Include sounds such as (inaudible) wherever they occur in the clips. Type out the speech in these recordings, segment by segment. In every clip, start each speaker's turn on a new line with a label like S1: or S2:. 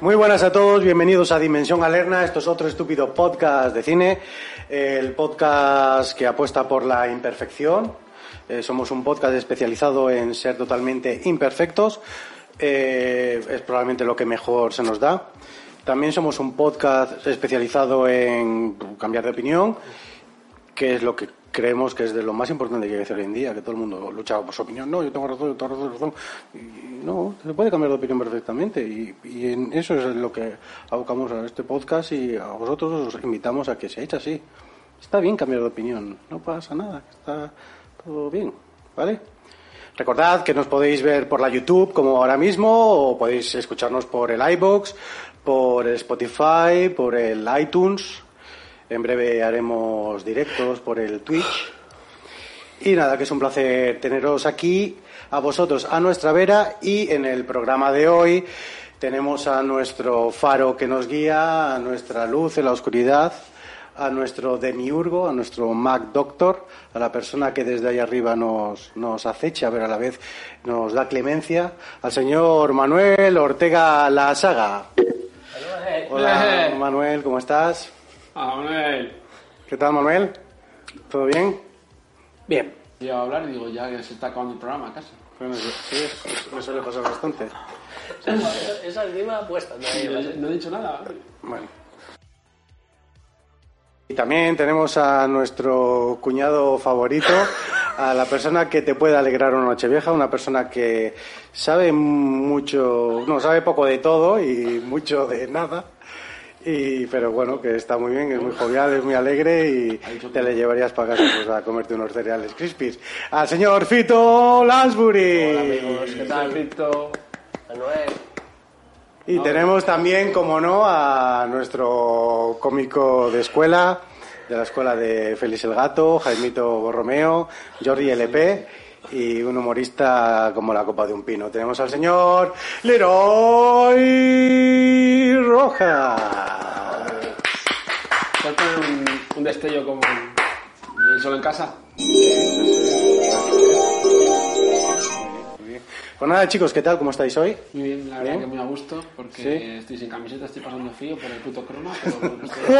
S1: Muy buenas a todos, bienvenidos a Dimensión Alerna. Esto es otro estúpido podcast de cine, el podcast que apuesta por la imperfección. Eh, somos un podcast especializado en ser totalmente imperfectos. Eh, es probablemente lo que mejor se nos da. También somos un podcast especializado en cambiar de opinión, que es lo que creemos que es de lo más importante que hay que hacer hoy en día, que todo el mundo lucha por su opinión. No, yo tengo razón, yo tengo razón, yo tengo razón. Y no, se puede cambiar de opinión perfectamente. Y, y en eso es lo que abocamos a este podcast y a vosotros os invitamos a que seáis así. Está bien cambiar de opinión, no pasa nada, está todo bien, ¿vale? Recordad que nos podéis ver por la YouTube como ahora mismo o podéis escucharnos por el iBox, por el Spotify, por el iTunes. En breve haremos directos por el Twitch. Y nada, que es un placer teneros aquí, a vosotros, a nuestra vera. Y en el programa de hoy tenemos a nuestro faro que nos guía, a nuestra luz en la oscuridad, a nuestro demiurgo, a nuestro Mac Doctor, a la persona que desde ahí arriba nos, nos acecha, pero a la vez nos da clemencia, al señor Manuel Ortega La Saga. Hola Manuel, ¿cómo estás?
S2: Ah, Manuel.
S1: ¿Qué tal, Manuel? ¿Todo bien?
S2: Bien. Yo a hablar y digo, ya que se está acabando el programa casi.
S1: Bueno, sí, sí, me suele pasar bastante.
S3: Esa encima puesta. ¿no?
S2: Eh,
S3: Ahí va a ser.
S2: No he dicho nada.
S1: Bueno. Y también tenemos a nuestro cuñado favorito, a la persona que te puede alegrar una noche vieja, una persona que sabe mucho, no, sabe poco de todo y mucho de nada. Y, pero bueno, que está muy bien, es muy jovial, es muy alegre y te le llevarías para casa pues, a comerte unos cereales crispies. Al señor Fito Lansbury.
S3: Hola amigos, ¿qué tal? Cripto? Manuel.
S1: Y tenemos también, como no, a nuestro cómico de escuela, de la escuela de Félix el Gato, Jaimito Borromeo, Jordi LP y un humorista como la copa de un pino. Tenemos al señor Leroy Roja.
S2: ¿Puedes poner un, un destello como el solo en casa?
S1: Pues nada, chicos, ¿qué tal? ¿Cómo estáis hoy?
S2: Muy bien, la verdad
S1: Bien.
S2: que muy a gusto porque
S1: Sí.
S2: estoy sin camiseta, estoy pasando frío por el puto croma, (laughs) pero bueno, estoy-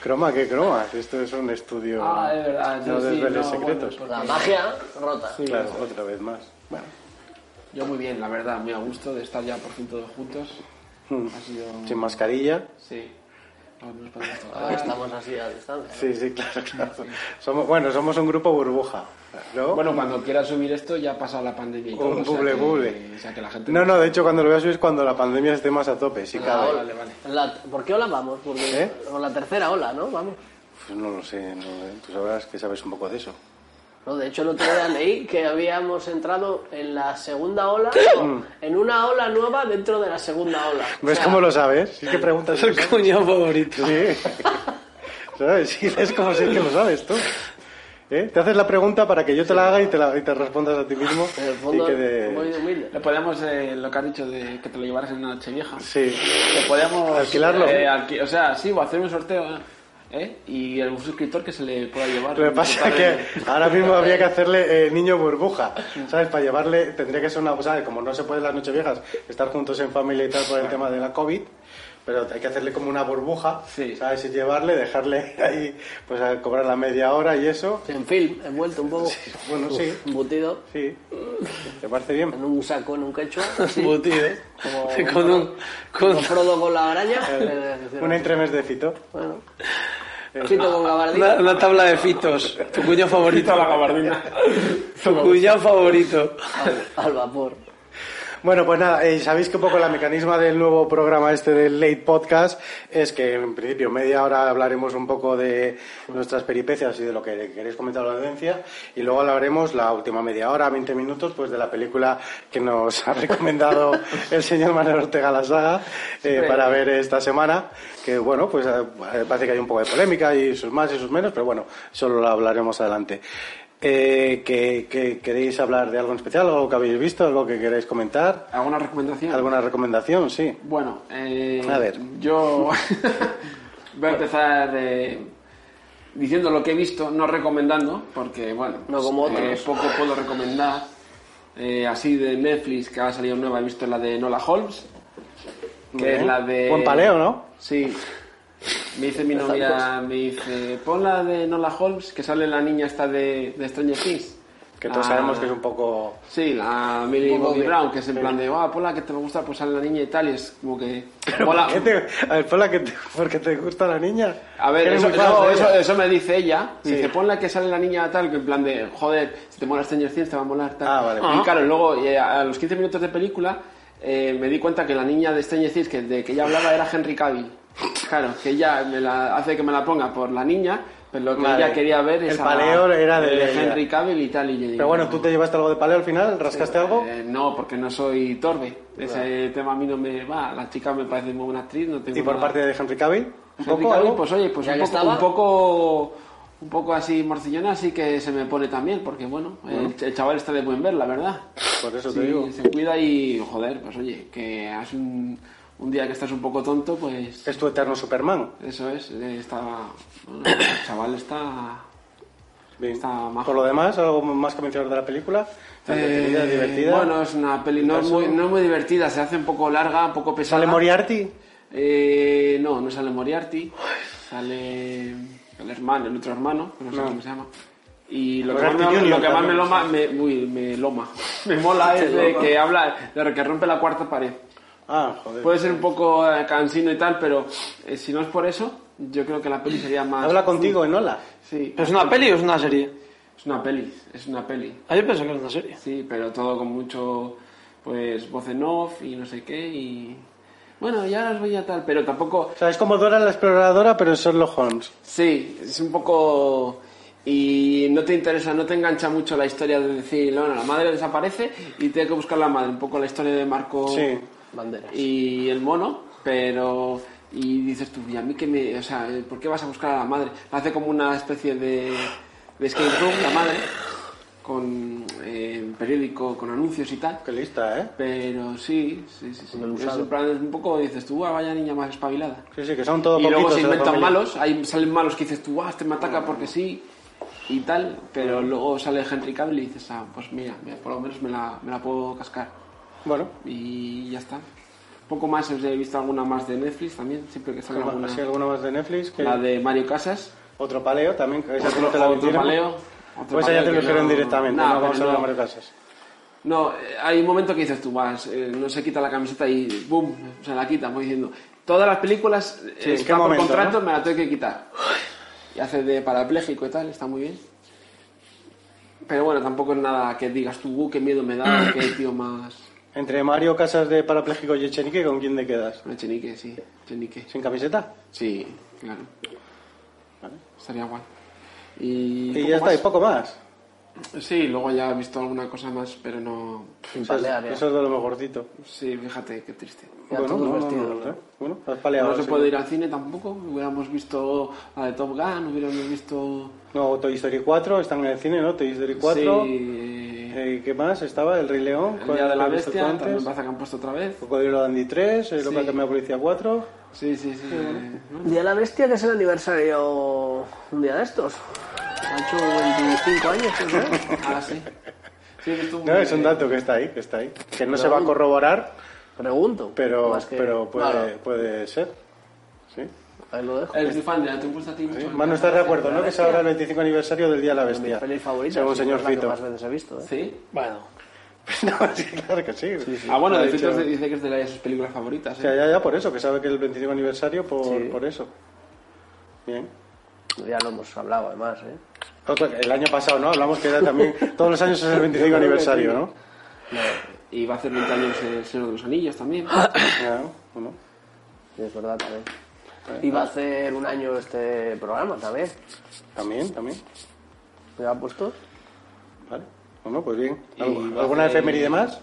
S1: Croma, qué croma. Esto es un estudio.
S2: Ah, es verdad,
S1: No
S2: sí,
S1: desveles
S2: no,
S1: secretos.
S2: bueno, pues
S3: La magia rota.
S2: Sí,
S1: Claro, otra vez más. Bueno,
S2: Yo muy bien, la verdad, muy a gusto de estar ya por fin todos juntos. Ha sido...
S1: sin mascarilla.
S2: Sí. No nos podemos tocar.
S3: Ahora estamos así a distancia.
S1: Sí, sí, claro, claro. Somos, bueno, somos un grupo burbuja, ¿no?
S2: Bueno, cuando quiera subir esto ya ha pasado la pandemia y todo.
S1: un
S2: o sea
S1: buble
S2: que-
S1: buble.
S2: O sea que la gente...
S1: No, no, de hecho cuando lo voy a subir es cuando la pandemia esté más a tope, si
S3: Ah,
S1: cabe.
S3: hola.
S2: vale, vale.
S3: La- ¿Por qué ola vamos? Porque,
S1: ¿Eh?
S3: o la tercera ola, ¿no? Vamos.
S1: Pues no lo sé, no, eh, tú sabrás que sabes un poco de eso.
S3: No, de hecho, el otro día leí que habíamos entrado en la segunda ola, no, en una ola nueva dentro de la segunda ola.
S1: ¿Ves cómo lo sabes? Sí que preguntas. y lo sabes.
S2: Coño favorito.
S1: Sí. (laughs) ¿Sabes? Sí, es como si es que lo sabes tú. ¿Eh? Te haces la pregunta para que yo te la haga y te, la, y te respondas a ti mismo.
S3: En el fondo,
S1: y que de-
S3: muy humilde.
S2: Le podemos, eh, lo que has dicho de que te lo llevaras en una noche vieja.
S1: Sí.
S2: Le podemos
S1: Alquilarlo.
S2: eh, alqui- o sea, sí, o hacer un sorteo. ¿eh? Y algún suscriptor que se le pueda llevar.
S1: Lo que pasa es que ahora mismo habría que hacerle eh, niño burbuja, ¿sabes? Para llevarle, tendría que ser una, ¿sabes? Como no se puede las nocheviejas estar juntos en familia y tal por el tema de la COVID, pero hay que hacerle como una burbuja,
S2: Sí.
S1: ¿sabes? Y llevarle, dejarle ahí, pues a cobrar la media hora y eso.
S3: En film, envuelto un poco,
S1: Bueno, sí,
S3: embutido,
S1: sí. ¿Te parece bien?
S3: en un saco, en un quechua, así,
S2: Embutido.
S3: como,
S2: (laughs) Con un.
S3: como Frodo con la araña. Eh,
S1: Un entremés de fito.
S3: Bueno, Fito con
S2: (laughs)
S3: gabardina.
S2: tabla de fitos. Tu cuño favorito. la gabardina. Tu cuño favorito.
S3: al, al vapor.
S1: Bueno, pues nada, eh, sabéis que un poco la mecanisma del nuevo programa este del Late Podcast es que en principio media hora hablaremos un poco de nuestras peripecias y de lo que queréis comentar a la audiencia y luego hablaremos la última media hora, 20 minutos, pues de la película que nos ha (laughs) recomendado el señor Manuel Ortega la saga eh, para ver esta semana, que bueno, pues eh, parece que hay un poco de polémica y sus más y sus menos, pero bueno, solo la hablaremos adelante. Eh, que, que- ¿Queréis hablar de algo en especial? ¿Algo que habéis visto? ¿Algo que queráis comentar?
S2: ¿Alguna recomendación?
S1: ¿Alguna recomendación? Sí.
S2: Bueno, eh,
S1: A ver.
S2: yo (laughs) voy a empezar eh, diciendo lo que he visto, no recomendando, porque bueno,
S3: No como
S2: pues, eh,
S3: otros.
S2: poco puedo recomendar. Eh, así de Netflix, que ha salido nueva, he visto la de Nola Holmes,
S1: Muy
S2: que es
S1: bien.
S2: la de...
S1: Buen paleo, ¿no?
S2: Sí. Me dice mi novia, me dice, pon la de Nola Holmes, que sale la niña esta de, de Stranger Things.
S1: Que todos
S2: Ah,
S1: sabemos que es un poco...
S2: Sí, la Millie
S1: Bobby.
S2: Bobby Brown, que es en plan de, ah, ponla que te va a gustar, pues sale la niña y tal, y es como que... Hola.
S1: ¿Qué te- a ver, Paula, ¿qué te- ¿por qué te gusta la niña?
S2: A ver,
S1: Eres
S2: eso,
S1: muy fan
S2: eso-
S1: de
S2: eso-
S1: ella.
S2: eso me dice ella. Me
S1: Sí.
S2: Dice, ponla que sale la niña tal, que en plan de, joder, si te mola este Stranger Things te va a molar tal.
S1: Ah, vale.
S2: Y claro, luego eh, a los 15 minutos de película eh, me di cuenta que la niña de este Stranger Things que, de que ella hablaba era Henry Cavill. Claro, que ella me la, hace que me la ponga por la niña, pero lo que
S1: Vale.
S2: ella quería ver
S1: El
S2: es a-
S1: paleo era de
S2: eh,
S1: ella.
S2: Henry Cavill y tal. Y yo digo,
S1: Pero bueno, ¿tú te llevaste algo de paleo al final? ¿Rascaste algo?
S2: eh, no, porque no soy torbe. Ese tema a mí no me va. La chica me parece muy buena actriz. No tengo
S1: ¿Y por
S2: nada-
S1: parte de Henry Cavill? ¿Un
S2: Henry
S1: poco
S2: Cavill,
S1: algo?
S2: Pues oye, pues
S3: Ya
S2: un
S3: que
S2: poco,
S3: estaba.
S2: un poco un poco así morcillona, así que se me pone también, porque bueno, el, el chaval está de buen ver, la verdad.
S1: Por eso
S2: Sí,
S1: te digo.
S2: Se cuida y joder, pues oye, que es un, un día que estás un poco tonto, pues
S1: Es tu eterno Superman.
S2: eso es, eh, está bueno, el chaval está
S1: Bien.
S2: Está majo.
S1: Por lo demás, ¿algo más que mencionar de la película? ¿Entretenida,
S2: eh,
S1: divertida?
S2: Bueno, es una peli no es,
S1: Picasso.
S2: muy, no es muy divertida, se hace un poco larga, un poco pesada.
S1: ¿Sale Moriarty?
S2: Eh, no, no sale Moriarty. Sale el hermano, el otro hermano, que no, sé
S1: No.
S2: cómo se llama. Y lo que más,
S1: Moriarty
S2: me,
S1: Junior
S2: lo que más me
S1: también,
S2: loma, me, uy, me loma, me mola es de que habla, de que rompe la cuarta pared.
S1: Ah, joder.
S2: Puede ser un poco eh, cansino y tal, pero eh, si no es por eso, yo creo que la peli sería más.
S1: Habla contigo, Enola.
S2: Sí,
S4: ¿Es una peli o es una serie?
S2: es una peli, es una peli.
S4: Ah, yo pensé que era una serie.
S2: Sí, pero todo con mucho, pues, voz en off y no sé qué y. Bueno, ya las voy a tal, pero tampoco.
S1: O sea, es como Dora la exploradora, pero en Sherlock Holmes.
S2: Sí, es un poco... Y no te interesa, no te engancha mucho la historia de decir, bueno, la madre desaparece y tiene que buscar la madre. Un poco la historia de Marco
S1: Sí.
S3: Banderas.
S2: y el mono, pero... Y dices tú, ¿y a mí que me...? O sea, ¿por qué vas a buscar a la madre? La hace como una especie de, de escape room, la madre, con eh, periódico, con anuncios y tal.
S1: Qué lista, ¿eh?
S2: Pero sí, sí, sí, sí.
S3: Con el
S2: Es,
S3: usado.
S2: en plan, es un poco, dices tú, "Buah, vaya niña más espabilada
S1: Sí, sí, que son todo
S2: y luego
S1: poquitos
S2: se
S1: de la
S2: inventan
S1: familia.
S2: malos, ahí salen malos que dices tú, ah, este me ataca porque sí y tal, pero luego sale Henry Cavill y dices, ah, pues mira, mira, por lo menos me la, me la puedo cascar
S1: Bueno,
S2: y ya está. Poco más, os he visto alguna más de Netflix también, siempre que sale alguna.
S1: ¿Alguna? alguno más de Netflix? que-
S2: La de Mario Casas,
S1: Otro paleo también. que esa
S2: otro,
S1: no te la
S2: otro
S1: metieron.
S2: paleo. otro
S1: Pues allá
S2: paleo
S1: te lo
S2: que
S1: dijeron
S2: no-
S1: directamente,
S2: Nah,
S1: no vamos a
S2: pero
S1: hablar de
S2: no.
S1: Mario Casas.
S2: No, eh, hay un momento que dices tú, vas, eh, no se quita la camiseta y boom, se la quita, voy diciendo. Todas las películas, eh,
S1: Sí, ¿en
S2: está
S1: qué
S2: por
S1: momento,
S2: contrato,
S1: no?
S2: me la tengo que quitar. Y hace de parapléjico y tal, está muy bien. Pero bueno, tampoco es nada que digas tú, "Uh, qué miedo me da,
S1: (clears throat)
S2: qué tío más.
S1: Entre Mario Casas de parapléjico y Echenique, ¿con quién te quedas?
S2: Bueno, chenique, sí, chenique.
S1: ¿Sin camiseta?
S2: Sí, claro. Estaría guay. Y,
S1: Y
S2: poco
S1: ya está,
S2: más.
S1: y poco más.
S2: Sí, luego ya he visto alguna cosa más, pero no.
S3: Sin
S1: Eso es,
S3: palear, ya.
S1: Pues eso es de lo mejorcito.
S2: Sí, fíjate, qué triste.
S3: Ya todos vestidos, ¿no?
S1: sé. ¿eh? Bueno, has paleado.
S2: no se
S1: sí.
S2: puede ir al cine tampoco. Hubiéramos visto la de Top Gun, hubiéramos visto.
S1: No, Toy Story 4, están en el cine, ¿no? Toy Story 4.
S2: Sí, eh,
S1: Eh, ¿Qué más? Estaba el Rey León.
S2: el
S1: ¿cuál
S2: Día de la
S1: había visto
S2: Bestia,
S1: tú antes?
S2: también me parece que han puesto otra vez.
S1: Cocodrilo Dandy 3, el loca
S2: Sí.
S1: que me policía 4.
S2: Sí, sí, sí. eh, ¿no?
S3: Día de la Bestia, que es el aniversario un día de estos. Ha hecho 25 años, pues, (laughs) ¿eh?
S2: Ah, sí. Sí, he visto un-
S1: No, es un
S2: eh,
S1: dato que está ahí, que está ahí. Que no se va a corroborar,
S3: Pregunto.
S1: pero,
S3: más que-
S1: pero puede,
S3: Claro,
S1: puede ser. ¿Sí?
S3: ahí lo dejo.
S2: El Rifandra, ¿te gusta a ti mucho?
S1: Manu, ¿estás de acuerdo, no? Que se ahora el 25 aniversario del Día de la
S3: Mi
S1: Bestia.
S3: peli favorita.
S1: Según
S3: sí,
S1: señor
S3: es la que
S1: Fito. (laughs)
S3: más veces he visto, ¿eh?
S2: Sí.
S3: Bueno.
S1: No, sí, claro que sí.
S2: Ah, bueno,
S1: Ha
S2: de
S1: dicho-
S2: Fito se dice que es de la- de sus películas favoritas.
S1: O
S2: ¿eh?
S1: sea, ya, ya por eso, que sabe que el 25 aniversario por,
S3: Sí.
S1: por eso. Bien.
S3: Ya lo hemos hablado, además, ¿eh? (laughs)
S1: Otra- El año pasado, ¿no? Hablamos que era también. Todos los años es el 25 aniversario, ¿no?
S2: Y va a hacer 20 años El Señor de los
S1: (gasps)
S2: Anillos también.
S1: Claro, bueno.
S3: Sí, es verdad también. Iba a hacer un año este programa también.
S1: También, también.
S3: ¿Me ha puesto?
S1: Vale. Bueno, pues bien.
S2: Y
S1: ¿Algu-
S2: va a
S1: ¿Alguna
S2: hacer-
S1: efeméride más?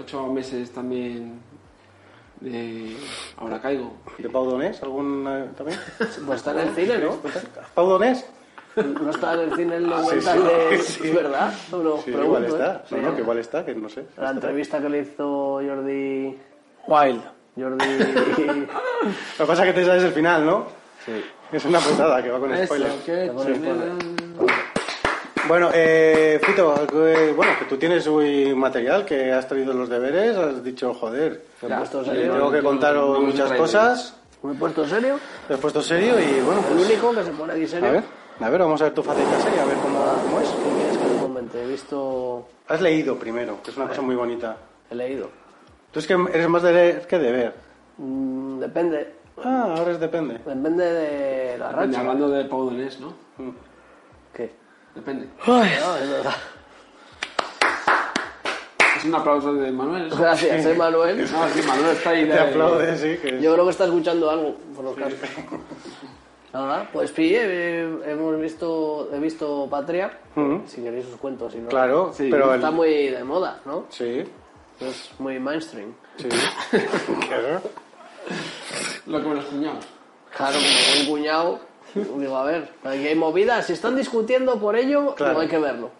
S2: Ocho meses también de Ahora Caigo.
S1: ¿De Pau Donés? ¿Alguna también?
S3: Pues está en el cine, (laughs) ¿no?
S1: ¿Pau Donés?
S3: No está en el cine el 90
S1: sí,
S3: de...
S1: sí.
S3: ¿Verdad? No, no,
S1: Sí,
S3: pregunto,
S1: igual
S3: ¿eh?
S1: está.
S3: Sí,
S1: No, no,
S3: ¿eh?
S1: que igual está, que no sé.
S3: La entrevista que le hizo Jordi...
S4: Wild.
S1: (laughs)
S3: Jordi...
S1: Lo que pasa es que te sabes el final, ¿no?
S3: Sí.
S1: Es una putada que va con spoilers. Bueno, eh, Fito, eh, bueno, que tú tienes un material, que has traído los deberes, has dicho, joder,
S3: Me he puesto
S1: eh,
S3: serio.
S1: tengo que contaros muchas cosas,
S3: Me he puesto serio.
S1: te has puesto serio y bueno,
S3: El
S1: pues,
S3: único que se pone aquí serio.
S1: a ver, a ver, vamos a ver tu faceta seria, a ver cómo, cómo es.
S3: ¿Qué quieres que te comente? He visto...
S1: Has leído primero, que es una cosa
S3: Eh.
S1: muy bonita.
S3: He leído.
S1: Tú es que eres más de leer que de ver.
S3: Mm, depende.
S1: Ah, ahora es depende.
S3: Depende de la
S2: Depende,
S3: racha.
S2: hablando de Pau Donés, ¿no?
S3: ¿Qué?
S2: Depende.
S3: No, es verdad.
S2: Es un aplauso de Manuel. ¿no?
S3: Gracias, eh.
S1: (laughs)
S3: soy Manuel.
S2: No, sí, Manuel está ahí.
S1: Te
S2: de-
S1: aplaudes, sí, que
S3: Yo creo que está escuchando algo por los cascos.
S1: (laughs)
S3: Ahora, pues sí, eh, hemos visto, he visto Patria, si queréis os cuento, si no.
S1: Claro,
S2: Sí,
S1: pero el-
S3: Está muy de moda, ¿no?
S1: Sí,
S3: Es Pues, muy mainstream. (laughs)
S1: sí. claro.
S2: Lo que me los cuñados.
S3: Claro, como un cuñado, digo, a ver, aquí hay movidas, si están discutiendo por ello,
S1: Claro.
S3: no hay que verlo.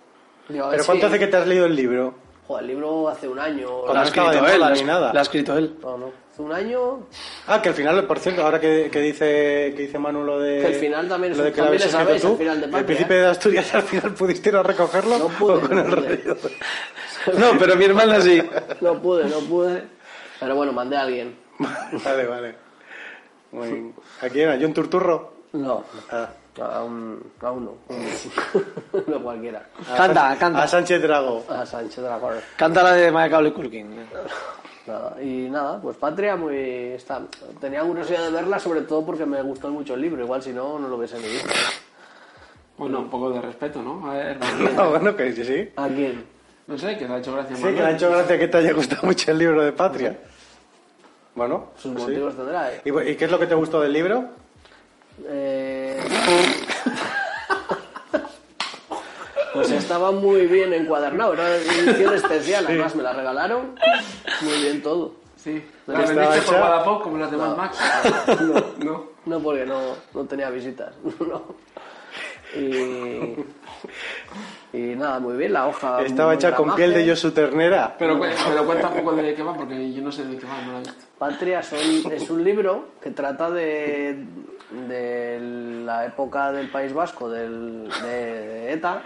S3: Digo, a ver
S1: Pero
S3: si-
S1: ¿cuánto hace que te has leído el libro?
S3: Joder, el libro hace un año.
S1: Cuando
S3: la-
S1: es- acaba de
S3: ¿eh?
S1: moda ni nada.
S4: La ha escrito él.
S3: No, no, hace un año...
S1: Ah, que al final, por cierto, ahora que, que dice que dice Manu lo de
S3: Que al final también es
S1: lo de
S3: un-
S1: que lo
S3: también
S1: habéis
S3: lo
S1: escrito
S3: sabéis,
S1: tú,
S3: al final de
S1: el
S3: Patria,
S1: príncipe
S3: ¿eh?
S1: de Asturias al final pudiste ir a recogerlo
S3: No pude,
S1: o con
S3: no
S1: el
S3: pude.
S1: radio.
S4: No, pero mi hermana sí.
S3: No pude, no pude. Pero bueno, mandé a alguien.
S1: (laughs) Vale, vale. Muy bien. ¿A quién? ¿A John Turturro?
S3: No,
S1: Ah.
S3: aún, aún no. (laughs) no cualquiera.
S4: Canta,
S1: A
S4: canta.
S1: Sánchez Drago.
S3: A Sánchez Dragón.
S4: Canta la de Michael Culkin.
S3: Nada, y nada, pues Patria muy está. Tenía curiosidad de verla, sobre todo porque me gustó mucho el libro. Igual si no, no lo hubiese leído.
S2: Bueno, un poco de respeto, ¿no? A ver,
S1: (laughs) Ah, bueno, que sí, sí.
S3: ¿A quién?
S2: no sé, que le ha hecho gracia a
S1: Sí, que
S2: Manuel.
S1: le ha hecho gracia que te haya gustado (laughs) mucho el libro de Patria. Bueno,
S3: Sus
S1: pues sí.
S3: motivos tendrá. eh.
S1: ¿Y, bu- y qué es lo que te gustó del libro?
S3: Eh, (laughs) Pues estaba muy bien encuadernado, era una edición especial, además me la regalaron. Muy bien todo.
S2: Sí,
S3: Ya
S2: la
S1: estaba
S2: vendiste por
S1: hecha.
S2: Wallapop como las de Mad Max. No, no.
S3: No, porque no, no tenía visitas. (laughs) No. Y, y nada, muy bien, la hoja.
S1: Estaba
S3: Ah, muy
S1: hecha
S3: buena
S1: con piel de
S3: imagen.
S1: Yosu Ternera.
S2: Pero, cu- pero cuenta un poco de qué va, porque yo no sé de qué va, no la he visto.
S3: Patria son- es un libro que trata de, de la época del País Vasco, del, de, de ETA.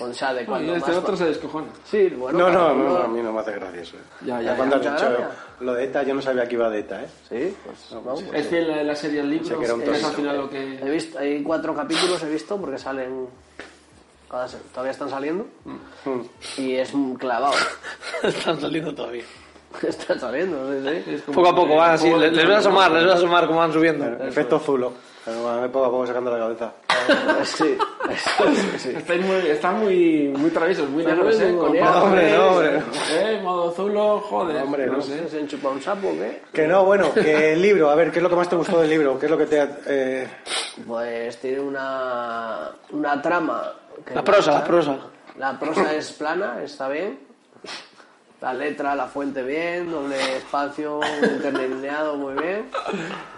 S3: O sea, de
S2: Y
S3: cuando
S2: este
S3: más-
S2: otro se descojona.
S3: Sí, bueno.
S1: No,
S3: cada
S1: no, no,
S3: uno-
S1: a mí no me hace gracia eso.
S2: Ya, ya,
S1: cuando
S3: ya,
S1: has
S3: muchas
S1: dicho
S3: gracias.
S1: lo de ETA, yo no sabía que iba de ETA, ¿eh?
S3: Sí, pues vamos.
S2: Es fiel la, la serie al libro,
S1: que era un
S2: es al
S1: torito.
S2: final lo que...
S3: He visto, hay cuatro capítulos, he visto, porque salen. cada se- todavía están saliendo.
S1: Mm.
S3: Y es un clavado.
S4: (laughs) Están saliendo todavía.
S3: (laughs) Están saliendo, sí, sí.
S2: es como-
S4: Poco a poco van así.
S2: Poco-
S4: Les les voy a asomar, les voy a asomar como van subiendo.
S1: Efecto Zulo. Pero bueno, me poco a poco sacando la cabeza.
S3: (laughs) Sí, sí, sí.
S2: Estáis muy, están muy, muy traviesos, muy
S3: Pero
S2: negros,
S3: es
S2: ¿eh?
S3: muy
S2: Con
S3: bonito.
S2: modo-
S1: Hombre, no, hombre.
S2: ¿Eh? Modo Zulo, joder.
S1: Hombre,
S2: no,
S1: no.
S2: sé.
S3: ¿Se enchupa un sapo o qué?
S1: Que no, bueno, que el libro, a ver, ¿qué es lo que más te gustó del libro? ¿Qué es lo que te... ha- Eh,
S3: Pues tiene una, una trama. que-
S4: La prosa, la prosa.
S3: La prosa es plana, está bien. La letra, la fuente bien, doble espacio, interlineado muy bien.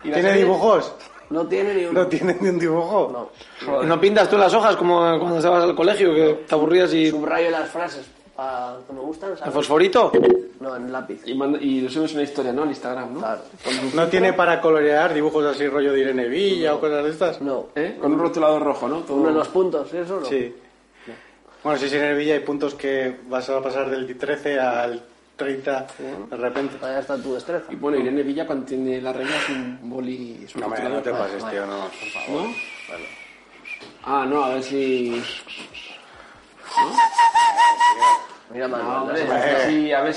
S3: Y la
S1: ¿Tiene
S3: serie
S1: dibujos?
S3: No tiene ni uno.
S1: ¿No tiene ni un dibujo?
S3: No.
S4: ¿No pintas tú las hojas como cuando estabas al colegio que te aburrías y...
S3: Subrayo las frases pa- que me gustan,
S4: ¿El
S3: ¿sabes?
S4: fosforito?
S3: No, en lápiz.
S2: Y, manda- y lo subes una historia, ¿no? Al Instagram, ¿no?
S3: Claro. pues
S1: ¿No tiene para colorear dibujos así rollo de Irene Villa o cosas de estas?
S3: No.
S2: ¿Eh? Con un rotulador rojo, ¿no? Todo-
S3: Uno de los puntos, eso no.
S1: Sí. Bueno, si es Irene Villa hay puntos que vas a pasar del 13 al 30 de repente.
S3: Allá está tu destreza.
S2: Y bueno, Irene Villa cuando tiene la regla es un boli... Es un
S1: No, hombre, no
S2: rotulador,
S1: te
S2: ¿no?
S1: pases, tío, no. por favor.
S2: Ah, no, a ver si...
S3: Mira,
S2: No, hombre,
S3: Manuel. ya
S2: a ver si- a ver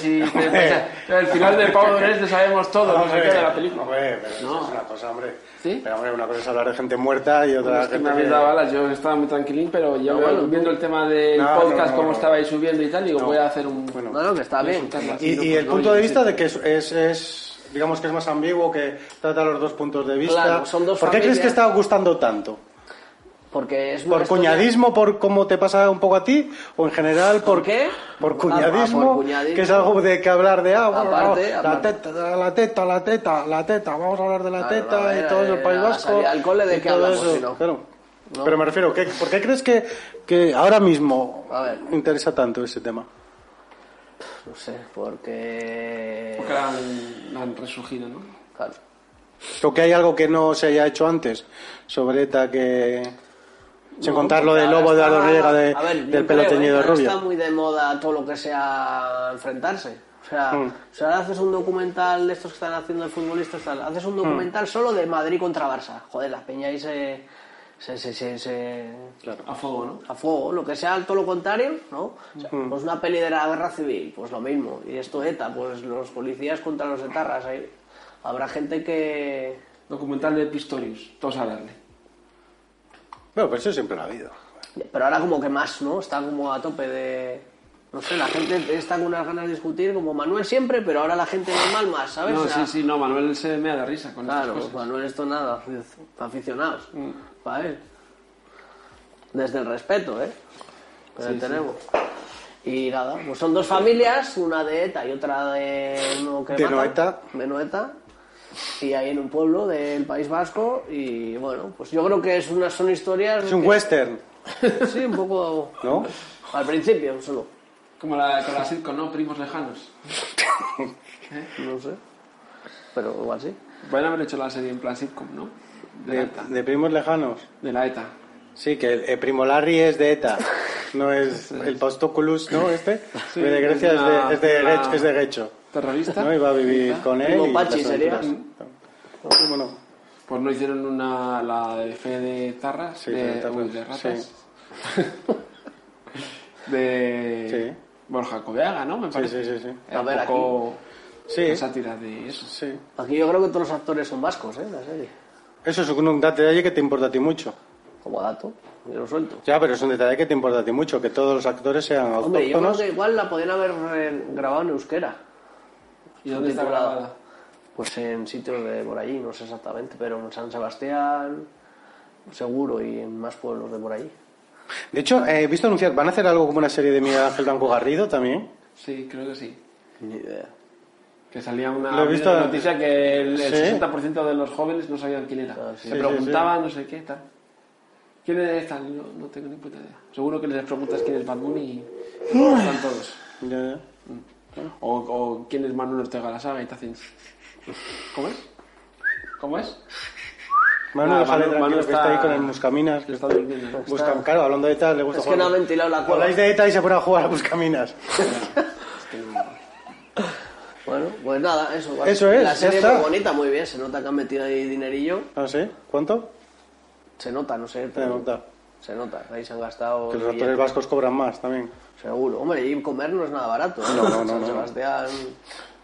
S1: (laughs)
S2: si. El final de Pablo Dunes sabemos todo, no sé qué de la película.
S1: Hombre, pero eso
S2: No.
S1: es una cosa, hombre.
S2: ¿Sí?
S1: Pero, hombre, una cosa es hablar de gente muerta y otra
S2: Es que
S1: gente
S2: me habéis
S1: que-
S2: dado balas, yo estaba muy tranquilín, pero yo
S3: bueno, tú-
S2: viendo el tema del
S1: No, no,
S2: podcast,
S1: no,
S2: cómo
S1: no.
S2: estabais subiendo y tal, digo,
S1: No.
S2: voy a hacer un...
S1: Bueno.
S3: sabes. No, no, que está bien.
S2: consultarlo así,
S1: Y,
S2: ¿no?
S1: y
S2: Pues
S1: el
S2: no,
S1: punto
S2: yo
S1: de
S2: qué
S1: vista
S2: sé.
S1: de que es, es- es, digamos que es más ambiguo, que trata los dos puntos de vista.
S3: Claro, son dos
S1: ¿Por qué crees
S3: familias.
S1: que está gustando tanto?
S3: Porque es una
S1: ¿Por
S3: historia-
S1: cuñadismo, por cómo te pasa un poco a ti? ¿O en general por,
S3: qué?
S1: Por
S3: Ah,
S1: cuñadismo,
S3: por cuñadismo.
S1: que es algo de que hablar de agua.
S3: Aparte,
S1: la
S3: aparte.
S1: teta, la teta, la teta, la teta, vamos a hablar de la
S3: Claro,
S1: teta
S3: a ver,
S1: y todo eso, el
S3: eh,
S1: País
S3: a
S1: Vasco.
S3: salir al cole, ¿de
S1: y
S3: qué
S1: todo
S3: hablamos,
S1: eso,
S3: si no?
S1: claro. Pero me refiero, ¿qué- ¿por qué crees que, que ahora mismo
S3: A ver.
S1: interesa tanto ese tema?
S3: No sé, porque...
S2: Porque han, han resurgido, ¿no?
S3: Claro.
S1: ¿O que hay algo que no se haya hecho antes sobre ETA que... Sin
S3: No,
S1: contar lo
S3: porque
S1: del
S3: pues ahora
S1: lobo de la
S3: está-
S1: Noriega de-
S3: a ver, yo
S1: del pelo
S3: creo,
S1: teñido
S3: ¿eh?
S1: de
S3: Ahora
S1: rubio.
S3: Está muy de moda todo lo que sea enfrentarse. O sea,
S1: Mm.
S3: si ahora haces un documental de estos que están haciendo de futbolistas, tal, haces
S1: Mm.
S3: un documental solo de Madrid contra Barça. Joder, las peñas ahí se... se, se, se, se-
S2: A fuego, ¿no?
S3: A fuego, lo que sea todo lo contrario, ¿no? O sea,
S1: Mm.
S3: Pues una peli de la guerra civil, pues lo mismo. Y esto ETA, pues los policías contra los etarras. ahí. Habrá gente que...
S2: Documental de Pistorius, todos a darle.
S1: Bueno, pues eso siempre lo ha habido.
S3: Pero ahora como que más, ¿no? Está como a tope de... No sé, la gente está con unas ganas de discutir como Manuel siempre, pero ahora la gente normal más, ¿sabes?
S2: No,
S3: O sea,
S2: sí, sí, no, Manuel se mea de risa con
S3: Claro,
S2: estas cosas. Mm.
S3: Manuel esto nada, aficionados. Para él. Desde el respeto, ¿eh? Que le
S2: sí.
S3: tenemos. Y nada, pues son dos familias, una de ETA y otra de uno que
S1: De
S3: mata,
S1: no ETA.
S3: de no ETA. Y ahí en un pueblo del País Vasco y bueno, pues yo creo que es una, son historias...
S1: Es un
S3: que-
S1: western,
S3: (laughs) Sí, un poco...
S1: ¿no?
S3: Al principio, solo.
S2: Como la, con la sitcom, ¿no? Primos lejanos.
S3: No sé. Pero igual sí.
S2: Pueden haber hecho la serie en plan sitcom, ¿no? De,
S1: De,
S2: la ETA.
S1: de primos lejanos.
S2: De la ETA.
S1: Sí, que el, el primo Larry es de ETA. No
S3: (laughs)
S1: es el Postoculus, ¿no? Este.
S2: Sí,
S1: de Grecia
S2: es
S1: es,
S2: una-
S1: de, es, de
S2: una-
S1: Gech- es de Gecho.
S2: ¿Terrorista?
S1: ¿No? Y va a vivir con él.
S3: Primo
S1: y
S3: Pachi
S1: las
S3: sería.
S1: aventuras. No, primo no.
S2: Pues no hicieron una, la de fe de tarras,
S1: Sí, fe
S2: de,
S1: de tarras,
S2: uy, de
S1: sí.
S2: ratas. (laughs) de
S1: Sí.
S2: Borja Coveaga, ¿no? Me parece.
S1: sí, sí, sí.
S2: Era
S3: A ver,
S2: un poco
S1: Sí.
S2: una sátira de eso.
S1: Sí.
S3: Aquí yo creo que todos los actores son vascos, ¿eh? La serie.
S1: Eso es un detalle que te importa a ti mucho.
S3: Como dato, yo lo suelto.
S1: Ya, pero es un detalle que te importa a ti mucho, que todos los actores sean
S3: Hombre, yo creo
S1: autóctonos.
S3: que igual la podían haber eh, grabado en euskera.
S2: ¿Y dónde está
S3: Subtitulada.
S2: grabada?
S3: Pues en sitios de por allí, no sé exactamente, pero en San Sebastián, seguro, y en más pueblos de por allí.
S1: De hecho, eh, he visto anunciar, ¿van a hacer algo como una serie de Miguel Ángel Blanco Garrido también?
S2: Sí, creo que sí.
S3: Ni idea.
S2: Que salía una
S1: Lo he visto en-
S2: Ah, noticia que el, el
S1: Sí.
S2: 60% de los jóvenes no sabían quién era.
S3: Ah, sí.
S1: Sí,
S2: Se
S1: sí,
S2: preguntaban no sé qué, tal. ¿Quién es tal? No, no tengo ni puta idea. Seguro que les preguntas quién es Bad Bunny y y están todos.
S1: Ya, ya.
S2: O, o quién es Manuel Ortega la saga y te hacen. ¿Cómo es? ¿Cómo es?
S1: Manu,
S2: Nada,
S1: déjale
S2: Manu-
S1: tranquilo,
S2: Manu
S1: que está ahí
S2: está-
S1: con el Buscaminas. Que
S2: está
S1: está
S2: durmiendo, ¿no?
S1: Buscam- Claro, hablando de ETA, le gusta
S3: Es que no ha
S1: jugar-
S3: ventilado la cola.
S1: Habláis de ETA y se pone a jugar a Buscaminas.
S3: Bueno, pues nada, eso. vale.
S1: Eso es,
S3: La
S1: ya
S3: serie es
S1: está.
S3: muy bonita, muy bien. Se nota que han metido ahí dinerillo.
S1: ¿Ah, sí? ¿Cuánto?
S3: Se nota, no sé.
S1: Se
S3: pero-
S1: nota.
S3: Se nota. Ahí se han gastado.
S1: Que los actores
S3: billetes.
S1: vascos cobran más también.
S3: Seguro. Hombre, y comer no es nada barato. ¿eh?
S1: No, no, Mm. no,
S3: San
S1: no.
S3: Sebastián,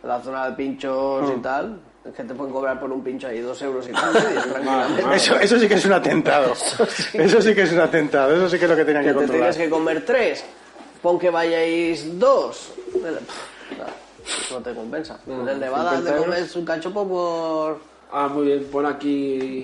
S3: la zona de pinchos y tal. Es que te pueden cobrar por un pincho ahí dos euros y
S1: (laughs)
S3: tal. tranquilamente.
S1: Eso, eso sí que es un atentado. Eso sí que es un atentado. Eso sí que es lo que tenían
S3: Que
S1: que
S3: te
S1: controlar.
S3: tengas que comer tres. Pon que vayáis dos. Pff, nada, No te compensa.
S2: No,
S3: en el Nevada
S2: 50
S3: te
S2: euros.
S3: comes un cachopo por...
S2: Ah, muy bien, pon aquí.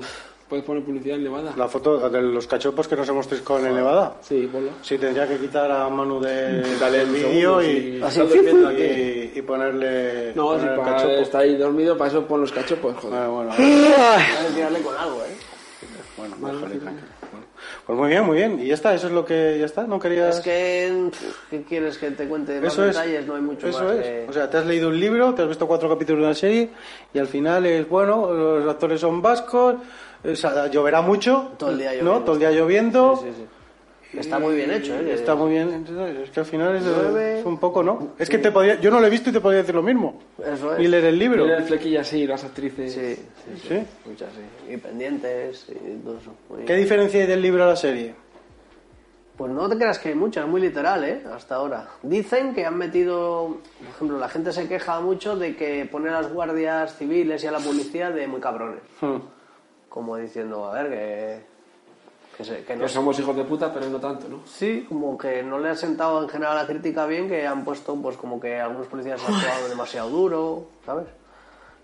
S2: ¿Puedes poner publicidad en Nevada?
S1: La foto de los cachopos que nos hemos triscado en el Nevada.
S2: Sí, ponlo.
S1: Sí, tendría que quitar a Manu de- del vídeo y,
S2: Así,
S1: y-
S2: durmiendo
S1: y, y ponerle,
S2: No, si
S1: ponerle el
S2: para
S1: cachopo.
S2: está ahí dormido, para eso pon los cachopos, joder.
S1: Ah, bueno, a ver.
S3: Hay que tirarle con algo, ¿eh?
S1: Bueno, déjale tranquilo. Bueno. Pues muy bien, muy bien. Y ya está, eso es lo que ya está. No querías.
S3: Es que... pff, ¿Qué quieres que te cuente más
S1: Eso es.
S3: detalles? No hay mucho
S1: Eso
S3: más
S1: es.
S3: de-
S1: O sea, te has leído un libro, te has visto cuatro capítulos de una serie y al final es bueno, los actores son vascos, eh, o sea, lloverá mucho.
S3: Todo el día
S1: ¿no?
S3: lloviendo.
S1: Todo el día lloviendo.
S3: Sí, sí, sí. Está muy bien hecho, ¿eh?
S1: Está muy bien. entonces, Es que al final es,
S3: Llueve.
S1: es un poco, ¿no? Es que te podía, yo no lo he visto y te podría decir lo mismo.
S3: Eso es.
S1: Ni leer el libro.
S2: Mira el flequillo así, las actrices.
S3: Sí, sí, sí.
S1: ¿Sí?
S3: Muchas, sí. Y pendientes y todo eso. Muy
S1: ¿Qué diferencia hay del libro a la serie?
S3: Pues no te creas que hay muchas, muy literal, ¿eh? Hasta ahora. Dicen que han metido, por ejemplo, la gente se queja mucho de que pone a las guardias civiles y a la policía de muy cabrones. Como diciendo, a ver, que, que, se- que no
S2: Que somos hijos de puta, pero no tanto, ¿no?
S3: Sí, como que no le han sentado en general a la crítica bien, que han puesto, pues como que algunos policías han actuado demasiado duro, ¿sabes?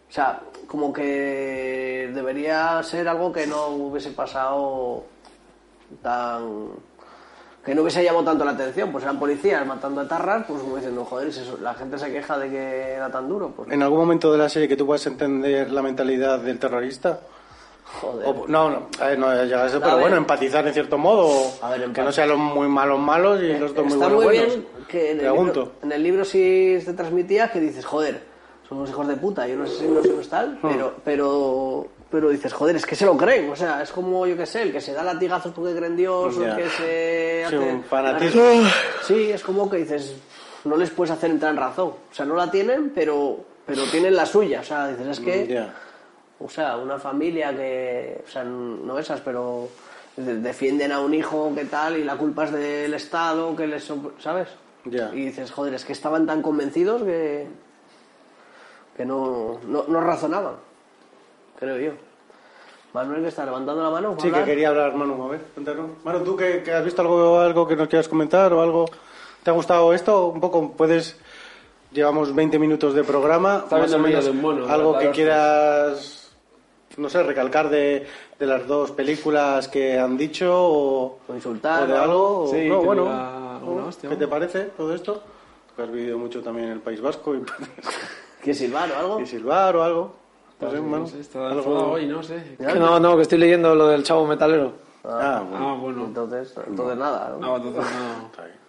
S3: O sea, como que debería ser algo que no hubiese pasado tan. que no hubiese llamado tanto la atención. Pues eran policías matando a tarras, pues como diciendo, joder, y si eso- la gente se queja de que era tan duro, pues
S1: ¿En algún momento de la serie que tú puedas entender la mentalidad del terrorista?
S3: joder.
S1: O- no, no, a ver, no llega a eso,
S3: A
S1: pero
S3: ver.
S1: bueno, empatizar en cierto modo. o
S3: A ver,
S1: que
S3: empatizar.
S1: no sean los muy malos malos y los dos muy
S3: Está
S1: buenos
S3: muy
S1: buenos.
S3: bien que en el,
S1: Pregunto.
S3: libro, en el libro sí se transmitía que dices, joder, somos hijos de puta, yo no sé si no sé tal,
S1: Ah.
S3: pero, pero, pero dices, joder, es que se lo creen, o sea, es como, yo qué sé, el que se da latigazos porque cree en Dios, o
S1: Ya.
S3: el que se
S1: Sí,
S3: hace...
S1: un fanatismo. Ah.
S3: Sí, es como que dices, no les puedes hacer entrar en razón, o sea, no la tienen, pero, pero tienen la suya, o sea, dices, es que...
S1: Ya.
S3: O sea, una familia que, o sea, no esas, pero de- defienden a un hijo que tal y la culpa es del Estado, que les, op- ¿sabes?
S1: Ya.
S3: Y dices, joder, es que estaban tan convencidos que, que no, no, no razonaban, creo yo. Manuel que está levantando la mano.
S1: Sí, que
S3: hablar?
S1: quería hablar, Manu. A ver, cuéntanos. Manu, ¿tú que, has visto algo, algo que nos quieras comentar o algo? ¿Te ha gustado esto? Un poco, puedes. Llevamos 20 minutos de programa.
S2: Está
S1: más
S2: viendo
S1: o
S2: el vídeo
S1: menos
S2: de un mono, de
S1: algo
S2: la
S1: que
S2: tarde.
S1: quieras, no sé, recalcar de, de las dos películas que han dicho o,
S3: O insultar,
S1: o de
S3: ¿no?
S1: algo. o-
S2: Sí,
S1: no,
S2: que
S1: bueno,
S2: diga alguna hostia,
S1: ¿qué te
S2: ¿no?
S1: parece todo esto? Que has vivido mucho también en el País Vasco y, (laughs)
S3: ¿Quieres silbar o algo?
S1: y silbar o algo. No sé,
S2: No
S1: Manu,
S2: sé, está
S1: algo-
S2: enfadado hoy, no sé.
S4: Que no, no, que estoy leyendo lo del chavo metalero.
S1: Ah, bueno,
S2: Ah, bueno. Ah,
S3: Entonces, entonces nada, ¿no?
S2: No,
S1: (laughs)
S2: entonces no.
S1: está bien.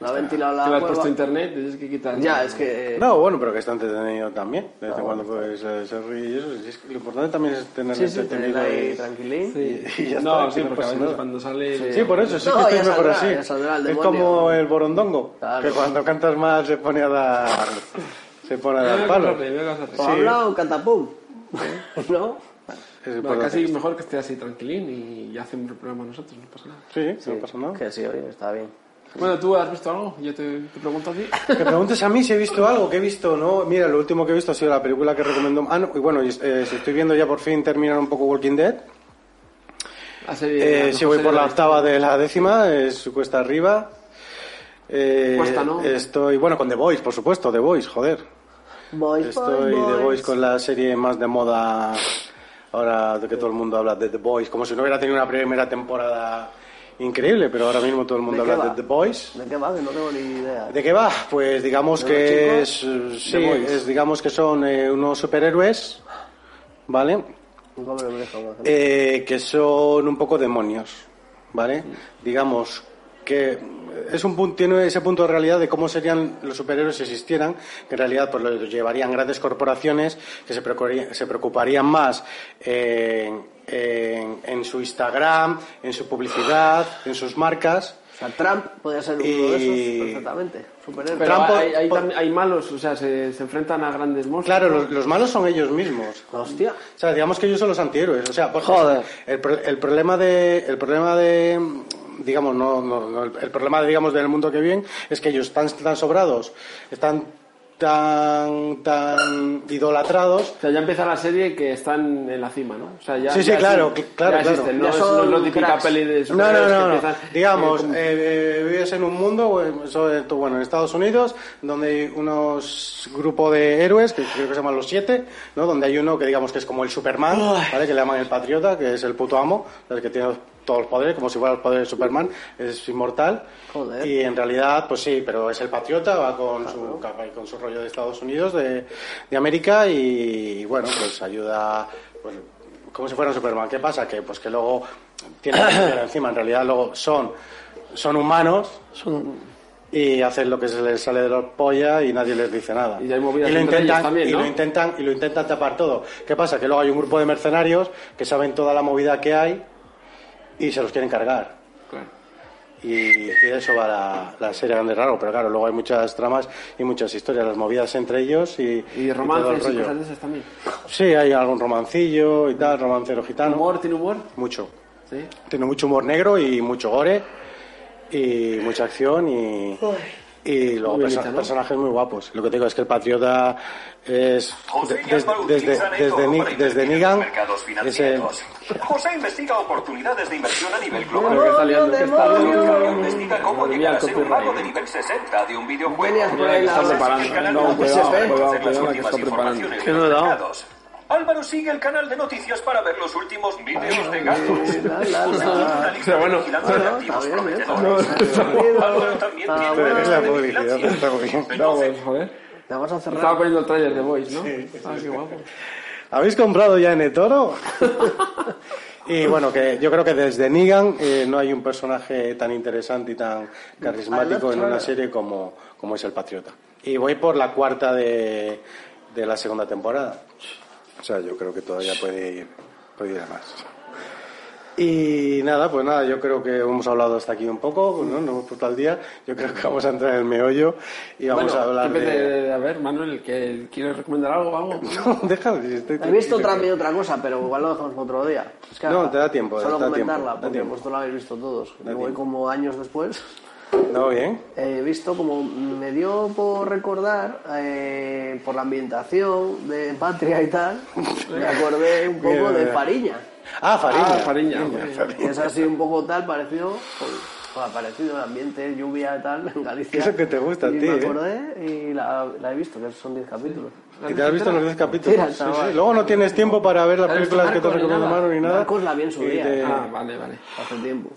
S3: No ha ventilado
S2: Te lo
S3: la
S2: has puesto
S3: cueva.
S2: internet, tienes que quitar.
S3: Ya, es que...
S1: Eh, No, bueno, pero que (laughs) está entretenido también. De
S3: Ah,
S1: vez en cuando pues, eh, se ríe y eso. Y es que lo importante también es tener
S3: Sí, sí, tener
S1: entretenido.
S3: ahí
S1: y-
S3: tranquilín.
S2: Sí.
S1: Y ya
S2: no,
S1: está,
S2: sí,
S1: que no
S2: porque a
S1: pasa
S2: veces
S1: nada.
S2: cuando sale.
S1: Sí, por eso, sí
S3: No,
S1: que estoy
S3: ya
S1: mejor
S3: saldrá,
S1: así.
S3: ya saldrá el
S1: es
S3: demonio.
S1: como el borondongo,
S3: Claro.
S1: que cuando cantas mal se pone a dar, se pone a
S2: Voy a
S1: dar palo.
S2: casarle, voy a casarle.
S3: ¿O habla o catapum? (laughs) ¿No?
S1: Es
S2: Bueno,
S1: importante.
S2: casi mejor que esté así tranquilín y ya hacemos el programa nosotros, no pasa nada.
S1: Sí, no pasa nada.
S3: Que sí, oye, está bien.
S2: Bueno, ¿tú has visto algo? Yo te, te
S1: (laughs)
S2: pregunto a ti.
S1: Que preguntes a mí si he visto algo, que he visto, ¿no? Mira, lo último que he visto ha sido la película que recomendó... Ah, no, y bueno, y, eh, si estoy viendo ya por fin terminar un poco Walking Dead.
S2: La serie- la
S1: Eh,
S2: mejor
S1: si voy
S2: serie
S1: por
S2: de
S1: la
S2: historia.
S1: octava de la décima, es cuesta arriba. Eh,
S2: Cuesta, ¿no?
S1: Estoy, bueno, con The Voice, por supuesto, The Voice, joder.
S3: Boys,
S1: Estoy
S3: boys,
S1: The
S3: boys.
S1: Voice con la serie más de moda ahora de que todo el mundo habla de The Voice, como si no hubiera tenido una primera temporada increíble, pero ahora mismo todo el mundo
S3: ¿De qué
S1: habla
S3: va?
S1: de The Voice.
S3: ¿De qué va? Que no tengo ni idea.
S1: ¿De qué va? Pues digamos
S3: ¿De
S1: que
S3: los
S1: es,
S3: chicos?
S1: eh, sí,
S3: The Boys.
S1: es- digamos que son eh, unos superhéroes, ¿vale?
S3: Nunca me lo he dejado.
S1: Eh, que son un poco demonios, ¿vale? Digamos que es un punto, tiene ese punto de realidad de cómo serían los superhéroes si existieran, que en realidad pues los llevarían grandes corporaciones que se preocuparían, se preocuparían más en, en- en su Instagram, en su publicidad, en sus marcas.
S3: O sea, Trump podría ser uno de
S1: Y-
S3: esos perfectamente. Superhéroe.
S2: Pero
S1: Trump-
S2: hay, hay
S1: por-
S2: tam- hay malos, o sea, se, se enfrentan a grandes monstruos.
S1: Claro, los, los malos son ellos mismos.
S3: Hostia.
S1: O sea, digamos que ellos son los antihéroes. O sea, por-
S4: Joder.
S1: El, pro- el problema de, el problema de, digamos, no, no, no, el, el problema, digamos, del mundo que viven es que ellos están tan sobrados, están tan, tan idolatrados.
S2: O sea, ya empieza la serie que están en la cima, ¿no? O sea, ya,
S1: Sí, sí,
S2: ya
S1: claro,
S2: son-
S1: cl- claro,
S2: ya
S1: claro.
S2: existen,
S3: Ya
S2: no
S3: son
S2: es no es la típica
S3: cracks.
S2: peli de
S1: No, no,
S2: superhéroes
S1: no,
S2: que
S1: no.
S2: empiezan, eh,
S1: Digamos,
S2: como-
S1: eh, eh, vives en un mundo, eh, sobre todo, bueno, en Estados Unidos, donde hay unos grupo de héroes, que creo que se llaman los siete, ¿no? Donde hay uno que digamos que es como el Superman, ¿vale? Que le llaman el patriota, que es el puto amo, el que tiene todos los poderes, como si fuera los poderes de Superman, es inmortal.
S3: Joder.
S1: Y en realidad, pues sí, pero es el patriota, va con su capa y con su rollo de Estados Unidos, de, de América, y bueno, pues ayuda, pues, como si fuera un Superman. ¿Qué pasa? Que pues que luego tiene la
S2: (coughs)
S1: bandera encima, en realidad luego son, son humanos y hacen lo que se les sale de los pollas y nadie les dice nada.
S2: Y hay movidas
S1: lo
S2: entre ellos
S1: intentan,
S2: también,
S1: y lo
S2: ¿no?
S1: intentan y lo intentan tapar todo. ¿Qué pasa? Que luego hay un grupo de mercenarios que saben toda la movida que hay y se los quieren cargar.
S2: Claro.
S1: Y, y de eso va la, la serie Grande Raro, pero claro, luego hay muchas tramas y muchas historias, las movidas entre ellos y, y todo
S2: Y
S1: el
S2: romances y
S1: rollo.
S2: cosas de esas también.
S1: Sí, hay algún romancillo y tal, romancero gitano.
S2: ¿Humor? ¿Tiene humor?
S1: Mucho.
S2: Sí.
S1: Tiene mucho humor negro y mucho gore. y mucha acción y, y luego
S2: Muy bonita,
S1: perso-
S2: ¿no?
S1: personajes muy guapos. Lo que te digo es que el Patriota es de- des- desde, desde, Ni- desde Negan es el-
S5: José investiga oportunidades de inversión a nivel
S2: Pero que
S5: global.
S2: está liando, que está
S5: José
S2: liando.
S5: Investiga cómo
S2: Volví
S5: llegar
S2: al
S5: a ser un mago
S2: copyright.
S5: de nivel 60 de un videojuego.
S3: Venías por ahí la-
S5: José
S3: Está
S5: sigue el canal
S2: preparando. No,
S5: de
S2: cuidado,
S5: PSP.
S2: cuidado,
S5: Las
S2: cuidado, que
S5: últimas
S2: está preparando.
S5: informaciones
S4: Que no he dado.
S5: mercados. Álvaro sigue el canal de noticias para ver los últimos vídeos de gatos.
S1: (laughs)
S3: La, la, la.
S5: Pero
S3: Bueno,
S5: bueno,
S3: está bien, ¿eh?
S5: también
S3: Ah,
S5: tiene
S3: bueno.
S5: una
S1: es la
S5: lista de
S1: publicidad.
S5: vigilancia.
S1: está muy bien.
S2: No, pues, joder.
S3: La vas a
S2: Estaba
S3: cerrar.
S2: poniendo el trailer de Boys, ¿no? Ah, qué guapo.
S1: ¿Habéis comprado ya en el (laughs) toro? y bueno, que yo creo que desde Negan eh, no hay un personaje tan interesante y tan carismático en una serie como, como es el Patriota. Y voy por la cuarta de, de la segunda temporada. O sea, yo creo que todavía puede ir, puede ir a más. Y nada, pues nada, yo creo que hemos hablado hasta aquí un poco, ¿no? Nos hemos puesto al día. Yo creo que vamos a entrar en el meollo y vamos
S2: Bueno,
S1: a hablar
S2: depende
S1: (laughs) de...
S2: de- A ver, Manuel, que ¿quieres recomendar algo o algo?
S1: No, déjame, si estoy-
S3: He visto otra, medio otra cosa, pero igual lo dejamos para otro día. Es que
S1: No,
S3: ahora-
S1: te da tiempo,
S3: Solo
S1: te da tiempo,
S3: comentarla,
S1: da
S3: porque
S1: tiempo.
S3: vosotros la habéis visto todos.
S1: Da
S3: Me voy
S1: tiempo.
S3: como años después.
S1: No, bien.
S3: He eh, visto como me dio por recordar, eh, por la ambientación de Patria y tal, (laughs) me acordé un poco
S1: Mira,
S3: de
S1: mira.
S3: Fariña.
S1: Ah, Fariña.
S2: Ah, Fariña.
S3: Que es así un poco tal, parecido, joder, joder, parecido el ambiente, lluvia y tal, en Galicia.
S1: Eso que te gusta a
S3: y
S1: ti,
S3: Me
S1: ¿eh?
S3: acordé y la, la he visto, que son 10 capítulos.
S1: ¿Y te has visto los 10 capítulos?
S3: Mira,
S1: Sí,
S3: chaval.
S1: sí. Luego no tienes tiempo para ver las
S2: ¿Has visto
S1: películas que te
S2: Narcos ni
S1: recomienda
S2: nada?
S1: Manu ni nada.
S3: Narcos la vi en su
S1: Y
S3: día.
S1: te-
S2: Ah, vale, vale.
S3: Hace tiempo.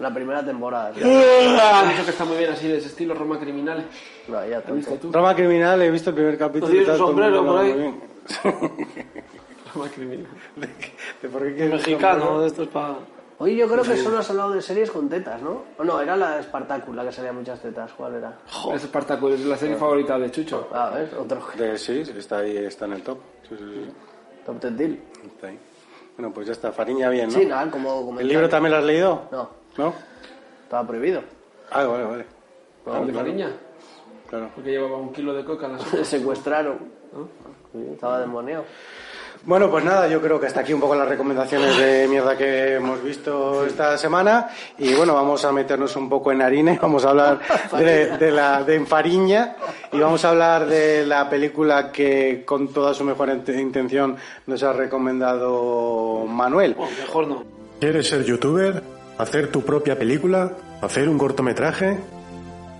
S3: La primera temporada. tío.
S2: Han dicho que está muy bien así, de ese estilo Roma criminal.
S3: No, ya
S2: ¿Has visto
S3: tanto.
S2: tú?
S1: Drama criminal, he visto el primer capítulo.
S2: Pues
S1: y tal,
S2: tienes un
S1: todo el
S2: sombrero
S1: mundo
S2: por
S1: habla
S2: ahí.
S1: muy bien.
S2: Roma criminal.
S1: (laughs) ¿De por qué quieres
S4: Mexicano, de estos para...
S3: Hoy yo creo que solo has hablado de series con tetas, ¿no? O no, era la de Spartacus la que salía muchas tetas. ¿Cuál era?
S2: Es Espartaco, es la serie favorita de Chucho.
S3: A ver, otro. (laughs)
S1: un- De, sí, sí, está ahí, está en el top. Sí, sí,
S3: Top Ten Deal.
S1: sí, está ahí. Bueno, pues ya está, Fariña bien, ¿no?
S3: Sí, nada, como comentario.
S1: ¿El libro también lo has leído?
S3: No,
S1: ¿No? (laughs)
S3: estaba prohibido.
S1: Ah, vale, vale.
S2: ¿El de Fariña?
S1: Claro.
S2: Porque llevaba un kilo de coca en la sopa. (laughs)
S3: Le secuestraron. Estaba demoniado.
S1: Bueno, pues nada, yo creo que hasta aquí un poco las recomendaciones de mierda que hemos visto esta semana. Y bueno, vamos a meternos un poco en harina y vamos a
S4: (laughs)
S1: hablar de, de la de Enfariña. Y vamos a hablar de la película que con toda su mejor int- intención nos ha recomendado Manuel.
S4: Mejor no.
S6: ¿Quieres ser youtuber? ¿Hacer tu propia película? ¿Hacer un cortometraje?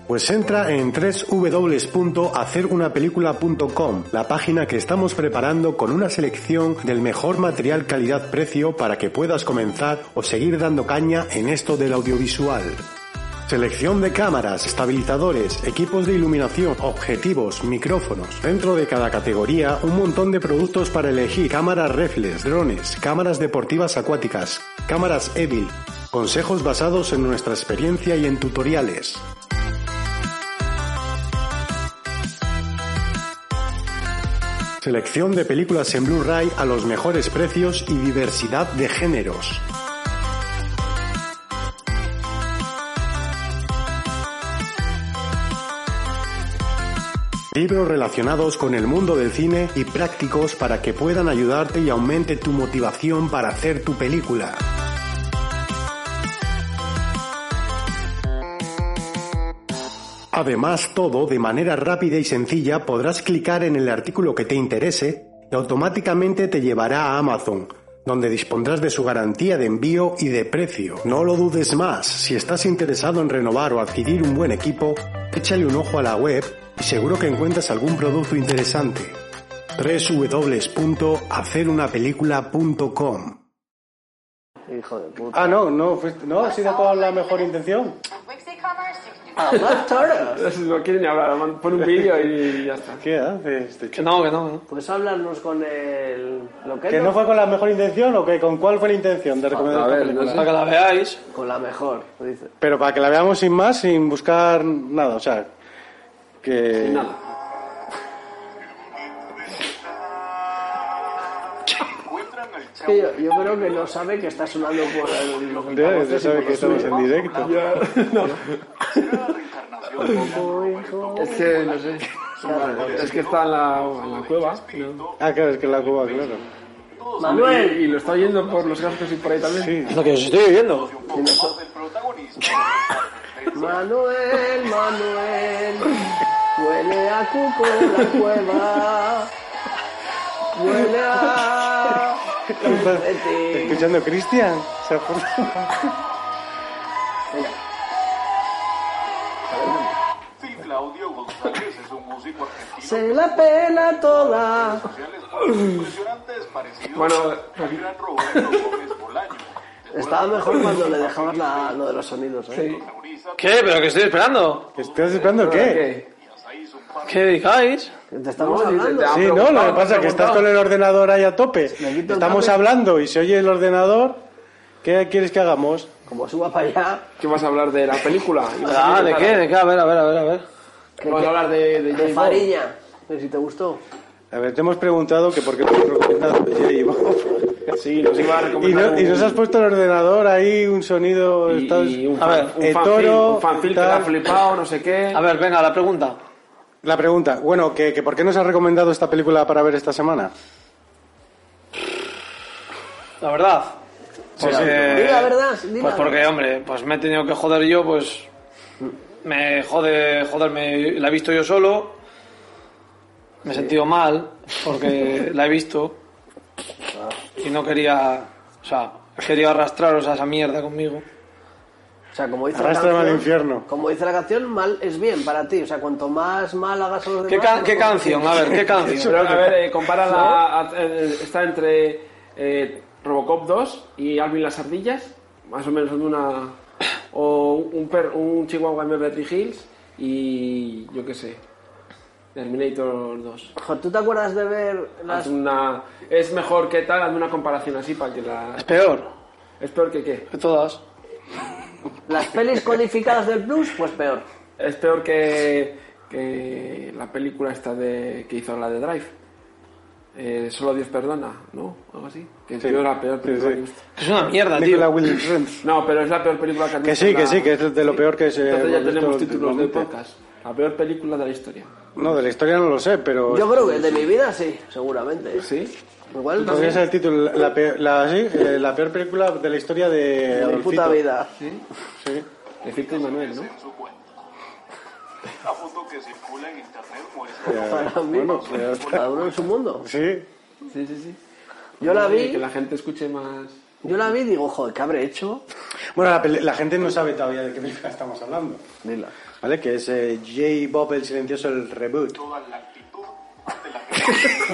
S6: Pues entra en www.hacerunapelícula.com, la página que estamos preparando con una selección del mejor material calidad-precio para que puedas comenzar o seguir dando caña en esto del audiovisual. Selección de cámaras, estabilizadores, equipos de iluminación, objetivos, micrófonos. Dentro de cada categoría, un montón de productos para elegir. Cámaras reflex, drones, cámaras deportivas acuáticas, cámaras Evil. Consejos basados en nuestra experiencia y en tutoriales. Selección de películas en Blu-ray a los mejores precios y diversidad de géneros. Libros relacionados con el mundo del cine y prácticos para que puedan ayudarte y aumente tu motivación para hacer tu película. Además, todo de manera rápida y sencilla podrás clicar en el artículo que te interese y automáticamente te llevará a Amazon, donde dispondrás de su garantía de envío y de precio. No lo dudes más, si estás interesado en renovar o adquirir un buen equipo, échale un ojo a la web y seguro que encuentras algún producto interesante. www.hacerunapelícula.com
S3: Hijo de puta.
S1: Ah, no, no, fuiste- no, sí dejó la mejor intención. Ah.
S3: Más tarde.
S2: No quieren ni hablar, man- pon (laughs) un vídeo y ya está.
S1: ¿Qué haces? este
S4: Que
S1: chico?
S4: no, que no, que no.
S3: Puedes Pues hablarnos con el. ¿Lo que
S1: ¿Que no fue con la mejor intención o que con cuál fue la intención de recomendar
S2: A
S1: esta
S2: ver,
S1: película?
S2: no sé.
S4: Para que la veáis.
S3: Con la mejor, dice.
S1: Pero para que la veamos sin más, sin buscar nada, o sea, que...
S2: Nada.
S5: Encuentran al
S3: Que yo, yo creo que no sabe que está sonando por el. los
S1: Ya,
S3: altavoces
S1: ya
S3: y
S1: sabe
S3: por
S1: que
S3: los
S1: estamos en
S3: suyos.
S1: directo.
S2: Es que, no sé. Es que está en la, en la cueva. ¿no?
S1: Ah, claro, es que la cuba, claro.
S3: Manuel.
S2: Y, y lo está oyendo por los gastos y por ahí
S1: Sí.
S2: también.
S4: Lo que os estoy viviendo.
S5: un poco más del protagonismo.
S3: Manuel, Manuel, huele a cuco en la cueva. Huele
S1: (laughs)
S3: a... Venga.
S1: Escuchando Cristian. se apunta.
S5: Sí, Claudio González es un músico argentino.
S3: Se la pela toda.
S5: sociales por sus impresionantes parecidos
S2: Bueno,
S5: al gran Roberto Gómez Bolaño.
S3: Estaba mejor cuando le dejabas la- lo de los sonidos, ¿eh?
S4: ¿Qué? ¿Pero que estoy esperando?
S1: ¿Estás esperando qué?
S4: ¿Qué dedicáis?
S3: Te estamos
S2: No, sí,
S3: hablando.
S2: te- te-
S1: Sí, no, lo que pasa es que estás con el ordenador ahí a tope.
S3: Me quito el
S1: Estamos
S3: cable.
S1: hablando y se oye el ordenador. ¿Qué quieres que hagamos?
S3: Como suba para allá,
S2: ¿Qué vas a hablar de la película? ¿Ibas a
S4: Ah,
S2: decir
S4: ¿de
S2: otra?
S4: qué? ¿De qué? A ver, a ver, a ver, a ver.
S2: Vamos a hablar de, de
S3: de
S2: J. Bob.
S3: Fariña. Que si te gustó.
S1: A ver, te hemos preguntado que por qué nos recomendado J Bob.
S2: (laughs) Sí, nos iba a
S1: Y,
S2: recomendar.
S1: no- y
S2: un-
S1: nos has puesto el ordenador ahí, un sonido.
S4: Pues
S2: y-
S1: estás-
S2: y un
S1: a
S2: fan,
S1: ver,
S2: un
S4: eh,
S1: el
S2: fan
S1: toro.
S2: film, un fan film que
S1: tal.
S2: te ha flipado, no sé qué.
S4: A ver, venga, la pregunta.
S1: La pregunta, bueno, que, que ¿por qué nos has recomendado esta película para ver esta semana?
S4: La verdad. Porque-
S3: Di la verdad, di
S4: Eh, Pues
S3: la
S4: porque,
S3: verdad.
S4: hombre, pues me he tenido que joder yo, pues. Me jode, joder, me, la he visto yo solo. Me he sentido mal porque la he visto. Y no quería. O sea, quería arrastraros a esa mierda conmigo.
S3: O sea, como dice
S1: Arrástrame
S3: la
S1: al
S3: canción,
S1: infierno.
S3: Como dice la canción, mal es bien para ti. O sea, cuanto más mal hagas a los demás...
S4: ¿Qué, ca-
S3: mejor.
S4: qué canción? A ver, ¿qué
S2: Pero,
S4: canción?
S2: (laughs) a ver, eh, compara la. a- eh, está entre eh, Robocop 2 y Alvin las ardillas. Más o menos son una. O un, per, un Chihuahua en Beverly Hills. Y. Yo qué sé. Terminator 2.
S3: Ojo, ¿Tú te acuerdas de ver
S2: Haz
S3: las...
S2: una, es mejor que tal, hazme una comparación así para que la.
S4: Es peor
S2: Es peor que qué.
S4: que todas.
S3: Las pelis codificadas del Plus, pues peor.
S2: Es peor que. que la película esta de. que hizo la de Drive. Eh, solo Dios perdona, ¿no? Algo así. Que es la peor película
S1: sí.
S2: que he visto.
S4: Es una mierda, tío.
S1: Nicola Williams.
S2: No, pero es la peor película que han
S1: Que
S2: visto
S1: sí,
S2: la-
S1: que sí, que es de lo peor que se.
S2: Entonces
S1: hemos
S2: ya
S1: visto
S2: tenemos títulos de
S1: últimamente.
S2: podcast. La peor película de la historia.
S1: No, de la historia no lo sé, pero.
S3: Yo creo que de mi vida sí, seguramente.
S2: ¿Sí?
S3: Igual no
S1: Podría
S3: sé,
S1: ser el título, la, la peor- la- sí, eh, la peor película de la historia de,
S3: de mi
S1: Adolfito.
S3: puta vida.
S1: Sí.
S2: De Fito y Manuel, ¿no?
S5: La foto que circula en internet muestra
S3: Para mí, cada uno en su mundo.
S1: Sí.
S2: Sí, sí, sí.
S3: Yo la
S2: Que
S3: vi,
S2: la gente escuche más.
S3: yo la vi y digo, joder, ¿qué habré hecho?
S1: Bueno, la, pel- la gente no sabe todavía de qué película estamos hablando.
S2: (laughs)
S3: Dila.
S1: ¿Vale? Que es eh, J. Bob el Silencioso, el reboot.
S5: toda la actitud de la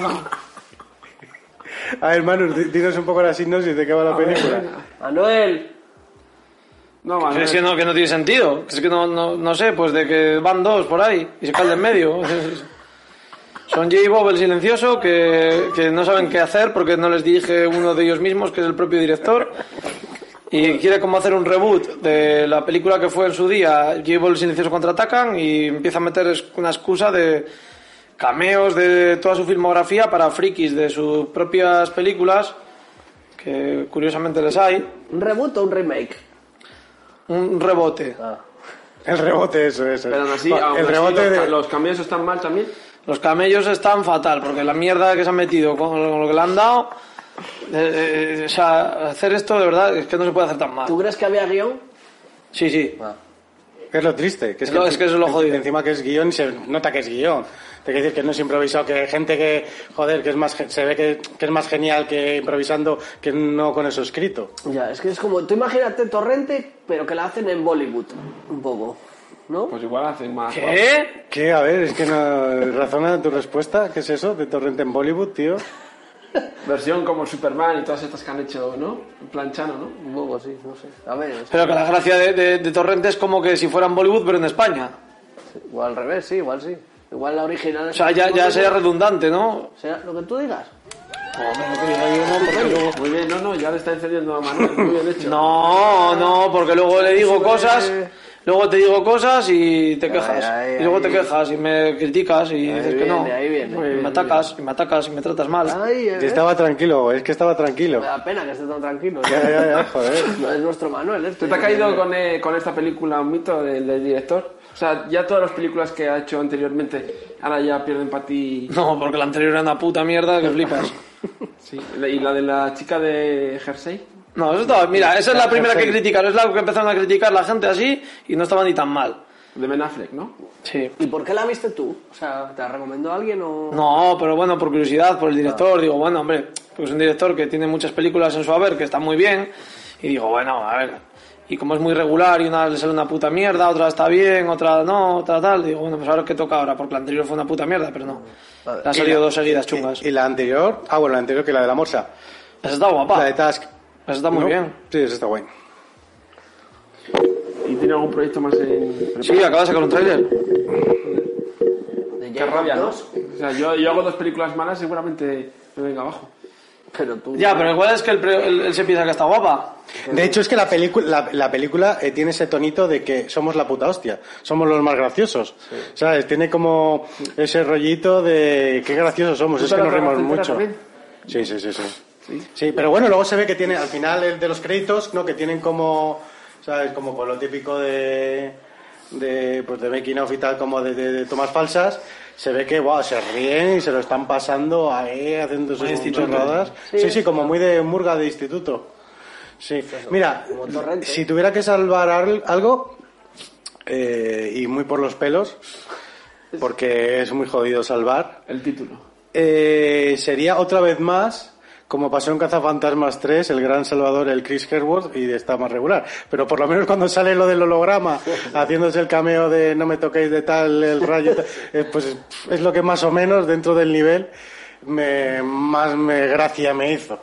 S5: gente.
S1: (laughs) A ver, Manu, di- dinos un poco la sinopsis de qué va la película.
S3: Manuel,
S2: No, Manuel.
S4: Es que no, que no tiene sentido. Es que no, no, no sé, pues de que van dos por ahí y se caen de en medio. Son J. Bob el silencioso que, que no saben qué hacer porque no les dirige uno de ellos mismos, que es el propio director. Y quiere como hacer un reboot de la película que fue en su día, J. Bob el silencioso contraatacan y empieza a meter es- una excusa de cameos de toda su filmografía para frikis de sus propias películas, que curiosamente les hay.
S3: ¿un reboot o un remake?
S4: Un rebote.
S1: El rebote, eso, eso.
S2: Pero aún así,
S1: Va,
S2: aún
S1: el
S2: así
S1: rebote
S2: los,
S1: de...
S2: ca- los cambios están mal también.
S4: Los camellos están fatal, porque la mierda que se han metido con lo que le han dado. eh, eh, o sea, hacer esto de verdad es que no se puede hacer tan mal.
S3: ¿Tú crees que había guión?
S4: Sí, sí.
S1: que es lo triste. Que es,
S4: Es lo-
S1: que,
S4: es que eso es lo
S1: en-
S4: jodido.
S1: Encima que es guión y se nota que es guión. Te quiero decir que no es improvisado, que hay gente que, joder, que es más, gen- se ve que, que es más genial que improvisando que no con eso escrito.
S3: Ya, es que es como, tú imagínate Torrente, pero que la hacen en Bollywood, un poco, ¿no?
S2: Pues igual hacen más.
S4: ¿Qué?
S1: ¿Qué? A ver, es que no... Razona tu respuesta. ¿Qué es eso de Torrente en Bollywood, tío?
S2: Versión como Superman y todas estas que han hecho, ¿no? En plan Chano, ¿no?
S3: Un poco, sí, no sé. A ver, es-
S4: Pero que la gracia de, de, de Torrente es como que si fueran Bollywood, pero en España.
S3: o al revés, sí, igual sí. Igual la original
S4: O
S3: es...
S4: sea, ya, ya sería redundante, ¿no?
S3: Será lo que tú digas.
S2: Muy bien, no, no, ya le está encendiendo a Manuel. Muy bien hecho.
S4: No, no, porque luego le digo cosas, luego te digo cosas y te quejas.
S3: ay,
S4: y luego te
S3: ay.
S4: quejas y me criticas y dices que
S3: viene,
S4: no.
S3: ahí viene.
S4: Y me atacas, y me atacas y me tratas mal.
S3: Ay, eh,
S1: Que estaba tranquilo, es que estaba tranquilo.
S3: me da pena que esté tan tranquilo.
S1: Ya, ya, ya, (laughs) joder.
S3: No es nuestro Manuel, ¿eh?
S2: ¿Se te ha caído con, eh, con esta película un mito del, del director? O sea, ya todas las películas que ha hecho anteriormente, ahora ya pierden para ti.
S4: No, porque la anterior era una puta mierda que flipas.
S2: Sí. ¿Y la de la chica de Jersey?
S4: No, eso estaba, mira, esa es la primera que
S1: Perfecto.
S4: criticaron, es la que empezaron a criticar la gente así y no estaba ni tan mal.
S2: De Ben Affleck, ¿no?
S4: Sí.
S3: ¿Y por qué la viste tú? O sea, ¿te la recomendó alguien o...?
S4: No, pero bueno, por curiosidad, por el director, digo, bueno, hombre, porque es un director que tiene muchas películas en su haber, que está muy bien, y digo, bueno, a ver, y como es muy regular, y una le sale una puta mierda, otra está bien, otra no, otra tal, digo, bueno, pues ahora qué toca ahora, porque la anterior fue una puta mierda, pero no. Le han salido dos seguidas chungas.
S1: Y, y la anterior, ah, bueno, la anterior que la de la morsa,
S4: Esa está guapa,
S1: la de Task.
S4: esa está muy
S1: ¿no?
S4: bien.
S1: Sí, eso está bueno.
S2: ¿Y tiene algún proyecto más en.?
S4: Sí, acaba de sacar un tráiler.
S3: De
S2: Qué rabia, ¿no? O
S3: dos
S2: sea, yo, yo hago dos películas malas, seguramente me venga abajo.
S3: Pero tú...
S4: Ya, pero igual es que el pre- él- él se piensa que está guapa.
S1: De hecho, es que la, pelicu- la, la película eh, tiene ese tonito de que somos la puta hostia, somos los más graciosos. ¿Sabes? Tiene como ese rollito de qué graciosos somos,
S2: ¿Tú
S1: es
S2: te
S1: que
S2: la
S1: nos reímos
S2: tragaste
S1: mucho.
S2: entera
S1: Sí,
S2: también?
S1: sí, sí, sí. Sí, pero bueno, luego se ve que tiene al final el de los créditos, ¿no? Que tienen como, ¿sabes? Como con lo típico de, de pues de making of y tal, como de, de- de tomas falsas. Se ve que, wow, se ríen y se lo están pasando ahí, haciendo sus chorradas. Sí, sí, como muy de murga de instituto. Sí. Mira,
S3: como torrente.
S1: si tuviera que salvar al- algo, eh, y muy por los pelos, porque es muy jodido salvar,
S2: El título.
S1: eh, sería otra vez más, como pasó en Cazafantasmas 3, el gran salvador, el Chris Hemsworth, y está más regular. Pero por lo menos cuando sale lo del
S2: (laughs)
S1: holograma, haciéndose el cameo de no me toquéis de tal, el rayo, tal, eh, pues es lo que más o menos dentro del nivel me, más me gracia me hizo.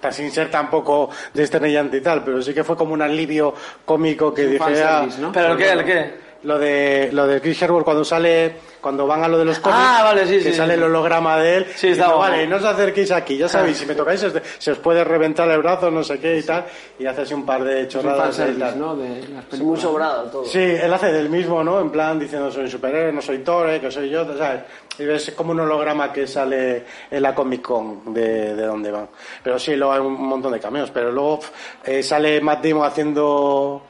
S1: Ta- Sin ser tampoco desternillante y tal, pero sí que fue como un alivio cómico que dije. ah,
S2: fanservice, ¿no?
S4: ¿Pero el qué, el qué?
S1: Lo de, lo de Chris Hemsworth cuando sale, cuando van a lo de los cómics,
S4: Ah, vale, sí,
S1: que
S4: sí,
S1: sale
S4: sí.
S1: el holograma de él.
S4: Sí, está
S1: diciendo,
S4: guapo.
S1: vale, no os acerquéis aquí, ya sabéis, si me tocáis os de- se os puede reventar el brazo, no sé qué y tal, y hace así un par de
S2: Es un
S1: chorradas. y
S2: fanservice,
S1: tal.
S2: ¿no? De las películas.
S3: Es muy sobrado todo.
S1: Sí, él hace del mismo, ¿no? En plan diciendo soy superhéroe, no soy Thor, eh, que soy yo, ¿sabes? Y ves como un holograma que sale en la Comic Con de, de donde van. Pero sí, luego hay un montón de cameos. Pero luego pf, eh, sale Matt Damon haciendo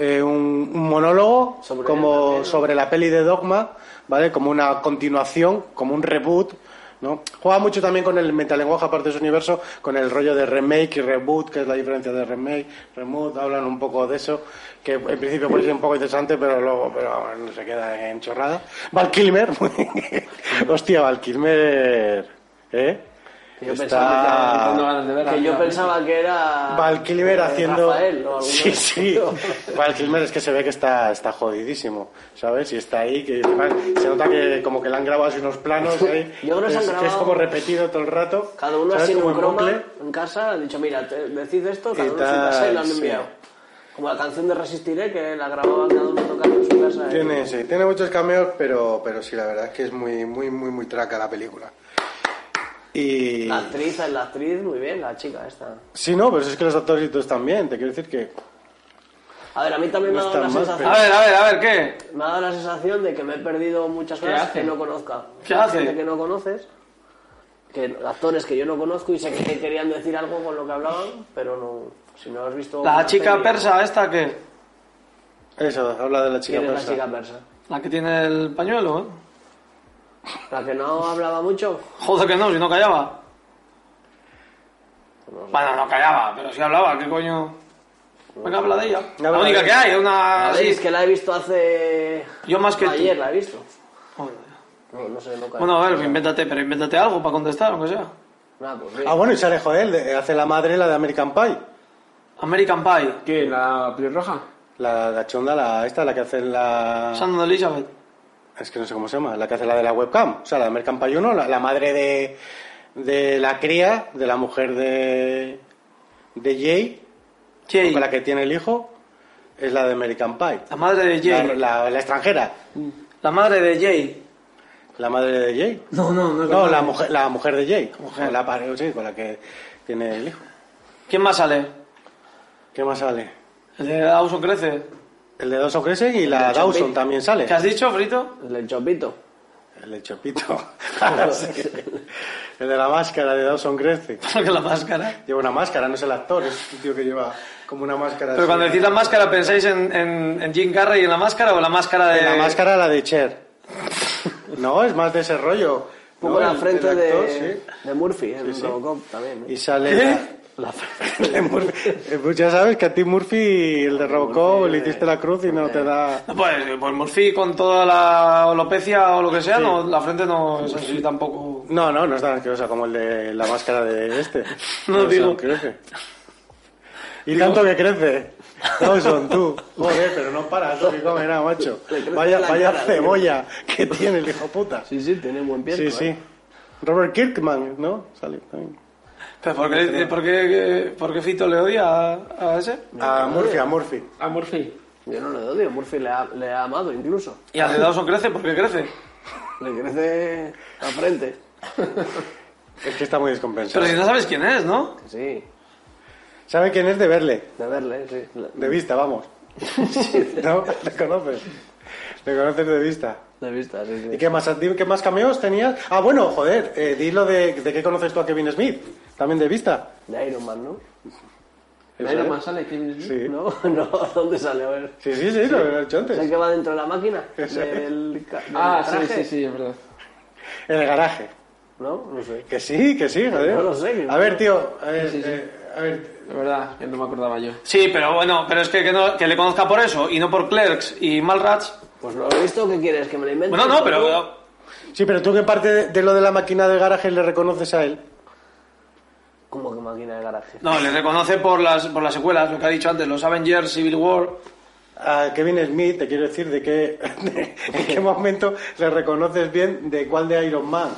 S1: eh, un, un monólogo
S3: Sobre la
S1: como
S3: peli, ¿no?
S1: sobre la peli de Dogma, ¿vale? Como una continuación, como un reboot. ¿no? Juega mucho también con el metalenguaje, aparte de su universo, con el rollo de remake y reboot, que es la diferencia de remake, remake, hablan un poco de eso, que en principio puede ser un poco interesante, pero luego pero bueno, se queda en chorrada. Val Kilmer, (laughs) hostia, Val Kilmer, ¿eh?
S3: Que yo
S1: Está-
S3: pensaba que ya-
S2: Tengo ganas de ver.
S3: Que yo pensaba que era...
S1: Val Kilmer
S3: eh,
S1: haciendo.
S3: Rafael o
S1: (laughs)
S3: alguno
S1: sí,
S3: de-
S1: sí. Val Kilmer es que se ve que está, está jodidísimo, ¿sabes? Y está ahí, que además se nota que como que le han grabado así unos planos ahí.
S3: Yo creo que se han
S1: es- que es
S3: grabado-
S1: como repetido todo el rato.
S3: (laughs) Cada uno ha
S1: ¿sabes?
S3: sido
S1: Como
S3: un
S1: en
S3: croma
S1: bucle.
S3: en casa, han dicho, mira, te, decid esto, cada
S1: Y
S3: uno
S1: tal,
S3: en su casa y lo han
S1: sí.
S3: enviado. Como la canción de Resistiré, que la grababan cada uno tocando en su casa. eh.
S1: Tiene,
S3: y-
S1: sí, tiene muchos cameos, pero, pero sí, la verdad es que es muy, muy, muy, muy traca la película. Y.
S3: La actriz, la actriz, muy bien, la chica esta.
S1: Sí, no, pero es que los actores y todos también, te quiero decir que.
S3: A ver, a mí también
S1: No
S3: me ha dado la
S1: está mal,
S3: sensación...
S4: A ver, a ver, a ver, ¿qué?
S3: Me ha dado la sensación de que me he perdido muchas cosas
S2: hace?
S3: que no conozca.
S4: ¿Qué hace?
S3: Gente que no conoces, que, actores que yo no conozco y sé que te querían decir algo con lo que hablaban, pero no. Si no has visto.
S4: ¿La
S3: una
S4: chica
S3: peli-
S4: persa esta qué?
S1: Eso, habla de la chica
S3: ¿Quién es la
S1: persa.
S3: chica persa?
S4: La que tiene el pañuelo, ¿eh?
S3: La que no hablaba mucho.
S4: Joder que no, si no callaba. Bueno, no callaba, pero si hablaba, ¿qué coño? Venga, habla de ella. La
S1: Habla
S4: única
S1: de
S4: que hay, una...
S3: A ver,
S4: así.
S3: es que la he visto hace.
S4: Yo más Ah, que tú.
S3: Ayer la he visto.
S4: Joder.
S3: No, no sé, no cae.
S4: Bueno, a ver, invéntate, pero invéntate algo para contestar, aunque sea.
S3: Nada, pues bien.
S1: Ah, bueno, y sale Joel, de- hace la madre la de American Pie.
S4: American Pie,
S2: ¿Qué? ¿La pelirroja?
S1: La, la chonda, la, esta, la que hace la...
S4: Sandra Elizabeth.
S1: Es que no sé cómo se llama, la que hace la de la webcam. O sea, la de American Pie 1, la, la madre de, de la cría, de la mujer de, de Jay,
S4: Jay,
S1: con la
S4: la,
S1: que tiene el hijo, es la de American Pie.
S4: madre de
S1: La,
S4: Jay. La,
S1: la- la extranjera,
S4: madre de Jay.
S1: la madre de Jay.
S4: No, no, no. es
S1: No,
S4: verdad.
S1: la mujer, la mujer de Jay,
S4: Mujer.
S1: Con, la, pare- sí, con la que tiene el hijo.
S4: ¿Quién más sale?
S1: ¿Qué más sale?
S4: El de Dawson Crece.
S1: El de Dawson Crescent y la
S3: de John
S1: Dawson
S3: Wick.
S1: también sale.
S4: ¿Qué has dicho, Frito? (laughs)
S3: El del Chopito.
S1: El de Chopito. Sí. (laughs) El de la máscara de Dawson Crescent.
S4: Porque la máscara.
S1: Lleva una máscara, no es el actor, es un tío que lleva como una máscara.
S4: Pero
S1: así.
S4: cuando decís la máscara, ¿pensáis en, en, en Jim Carrey y en la máscara o la máscara de...?
S1: En La máscara la de Cher. No, es más de ese rollo.
S3: Un poco
S1: ¿no?
S3: la
S1: El-
S3: frente
S1: el actor,
S3: de,
S1: sí.
S3: de Murphy, en
S1: Sí, sí.
S3: Robocop también. ¿eh?
S1: Y sale
S4: ¿Qué?
S1: la-
S3: La-
S1: Eh, Pues ya sabes que a ti Murphy, el de Robocop,
S3: eh,
S1: le hiciste la cruz y no te da...
S4: No, Pues, pues Murphy con toda la alopecia o lo que sea, no, la frente no es así tampoco.
S1: No, no, no es tan asquerosa como el de la máscara de (laughs) este.
S4: No,
S1: es
S4: digo-
S1: asquerosa. Y tanto que crece. Dawson, tú. (laughs) Joder, pero no paras, lo que come nada, macho.
S3: Le crece
S1: Vaya,
S3: la
S1: vaya
S3: cara, tío.
S1: cebolla que tiene el hijo puta.
S3: Sí, sí, tiene buen pie. eh.
S1: Sí, sí. Robert Kirkman, ¿no? Salió también.
S4: Pero ¿por qué, por qué- por qué Fito le odia a, a ese?
S3: Ah,
S1: A Ah, Murphy, a Murphy.
S2: A Murphy.
S3: Yo no le odio, Murphy le ha, le ha amado incluso.
S4: Y al de Dawson crece porque crece.
S3: Le crece la frente.
S1: Es que está muy
S4: Pero
S1: descompensado.
S4: si no sabes quién es, ¿no?
S3: Que Sí,
S1: ¿Sabe quién es de verle?
S3: de verle, sí.
S1: De vista,
S3: (laughs)
S1: vamos. ¿No? ¿Le conoces? ¿Le conoces de vista?
S3: De vista, sí, sí.
S1: ¿Y qué más, di- qué más cameos tenías? Ah, bueno, joder, eh, di lo de, de qué conoces tú a Kevin Smith. También de vista.
S3: De Iron Man, ¿no?
S2: De
S1: Eso
S2: Iron
S1: es.
S2: Man sale Kevin Smith.
S1: Sí.
S3: No, (laughs) no, ¿dónde sale? A ver.
S1: Sí, sí, sí, lo he hecho
S3: ¿Es el
S1: antes.
S3: que va dentro de la máquina?
S1: Eso es.
S3: Del, ca- del
S2: Ah, sí,
S3: traje.
S2: sí, sí, es verdad.
S1: El garaje.
S3: ¿No? No sé.
S1: Que sí, que sí, joder.
S3: No lo sé, que-
S1: A ver, tío, a ver,
S2: Sí, sí, sí.
S1: eh, a ver.
S2: Es verdad, que no me acordaba yo.
S4: Sí, pero bueno, pero es que, que, no- que le conozca por eso y no por Clerks y Malrats.
S3: Pues no lo he visto, ¿qué quieres? ¿Que me lo invente?
S4: Bueno, no, pero.
S1: Sí, pero tú qué parte de, de lo de la máquina del garaje le reconoces a él.
S3: ¿Cómo que máquina de garaje?
S4: No, le reconoce por las, por las secuelas, lo que ha dicho antes, los Avengers, Civil War.
S1: Ah, A Kevin Smith, te quiero decir de qué, (laughs) de- en qué momento le reconoces bien de cuál de Iron Man.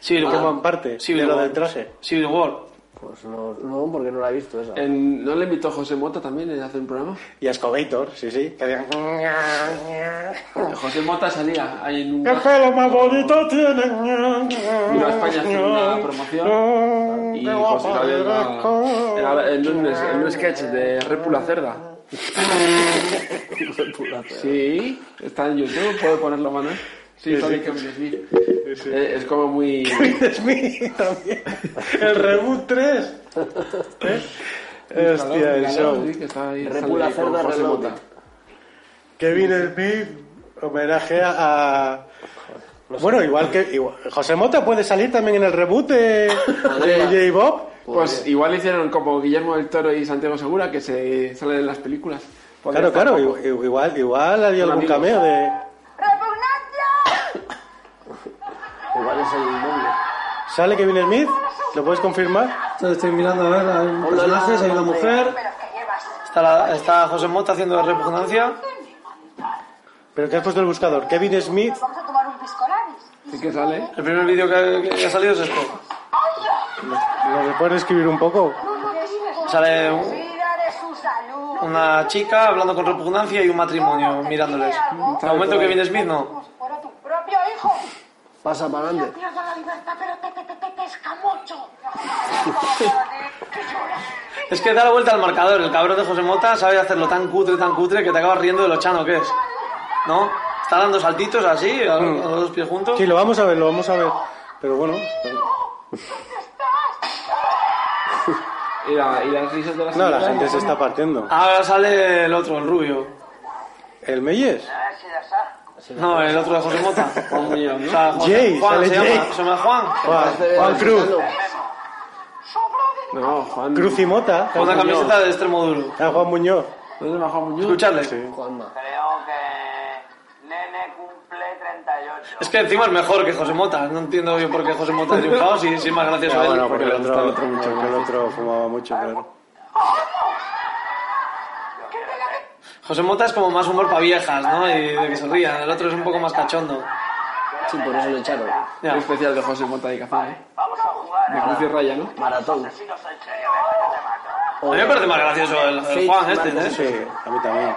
S4: Civil
S1: ¿De qué
S4: War.
S1: man parte?
S4: Civil
S1: de lo
S4: War.
S1: del traje.
S4: Civil War.
S3: Pues no, no, porque no la he visto esa.
S2: En- ¿No le invitó José Mota también a hacer un programa?
S1: Y a Scovator, sí, sí. Que digan...
S2: José Mota salía ahí en un...
S1: ¡Qué pelo más bonito tiene! Mira,
S2: Vino a España a hacer una promoción y José Gabriel era- era en, un, en un sketch de Repula (laughs) Cerda. Sí, está en YouTube, puedo ponerlo, mano. Sí, sale Kevin Smith. Eh, Es como muy...
S1: Will Smith también. El Reboot 3. ¿Eh? Hostia, el show.
S2: Sí, que está ahí,
S3: Repula
S2: sale con
S3: Cerda
S2: José
S3: Reloaded.
S2: Mota.
S1: Kevin Smith homenajea a. Bueno, igual que. igual- José Mota puede salir también en el reboot de, de J. Bob.
S2: Pues igual hicieron como Guillermo del Toro y Santiago Segura, que se salen en las películas. Podría
S1: Claro,
S2: estar
S1: claro,
S2: como-
S1: igu- igual, igual había algún
S2: amigos.
S1: cameo de.
S3: Igual Pues es el nombre.
S1: ¿Sale Kevin Smith? ¿Lo puedes confirmar?
S4: Entonces estoy mirando a ver, hay un personaje, hay una mujer. Está, la- está José Mota haciendo de repugnancia.
S1: ¿Pero qué has puesto en el buscador? ¿Kevin Smith?
S7: Vamos a tomar un pisco labis.
S2: Sí que sale.
S4: El primer vídeo que, que ha salido es este.
S1: ¿Lo puedes escribir un poco?
S4: Sale un-
S7: Cuida de su salud.
S4: una chica hablando con repugnancia y un matrimonio mirándoles. De momento Kevin Smith no.
S7: Como si fuera tu propio hijo.
S3: Pasa para adelante.
S7: Pierda la libertad, pero te, te, te, te, te escamocho.
S4: Es que da la vuelta al marcador. El cabrón de José Mota sabe hacerlo tan cutre, tan cutre, que te acabas riendo de lo chano que es. ¿No? Está dando saltitos así, a, los- a los dos pies juntos.
S1: Sí, lo vamos a ver, lo vamos a ver. Pero bueno.
S2: Y, la- y las risas de las
S1: No, la gente se está partiendo.
S4: Ahora sale el otro, el rubio.
S1: ¿El Meyes?
S4: No, el otro de José Mota. Juan Muñoz, ¿no? O sea, Ah,
S1: (laughs)
S4: José-
S1: Jay,
S4: Juan,
S1: sale
S4: se
S1: Jay.
S4: llama, Este se llama Juan.
S1: Juan,
S3: Parece
S1: Ah, Juan Cruz.
S3: mexicano.
S2: No, Juan...
S1: Cruz y Mota.
S4: Con una camiseta de extremo duro.
S1: Ah, Juan Muñoz.
S2: ¿Dónde bajó Muñoz?
S4: Escuchadle.
S3: Juanma.
S8: Creo que Nene cumple 38.
S4: Es que encima es mejor que José Mota. No entiendo yo por qué José Mota ha triunfado si, si es más gracioso
S1: Ah,
S4: él.
S1: bueno, porque el
S4: le gusta
S1: otro,
S4: el
S1: otro mucho, que el otro fumaba mucho, claro.
S4: José Mota es como más humor para viejas, ¿no? Y de que se rían. El otro es un poco más cachondo.
S3: Sí, por eso lo echaron.
S4: Ya.
S2: Un especial de José Monta de Cazá, ¿eh?
S8: Vamos a jugar
S2: De
S8: a
S2: Cruz y Raya, ¿no?
S3: Maratón.
S8: si los eché, a ver cómo te mato.
S4: A mí me parece más gracioso el, el
S3: Sí,
S4: Juan este,
S3: Marcos,
S4: ¿eh?
S1: Sí, a mí también.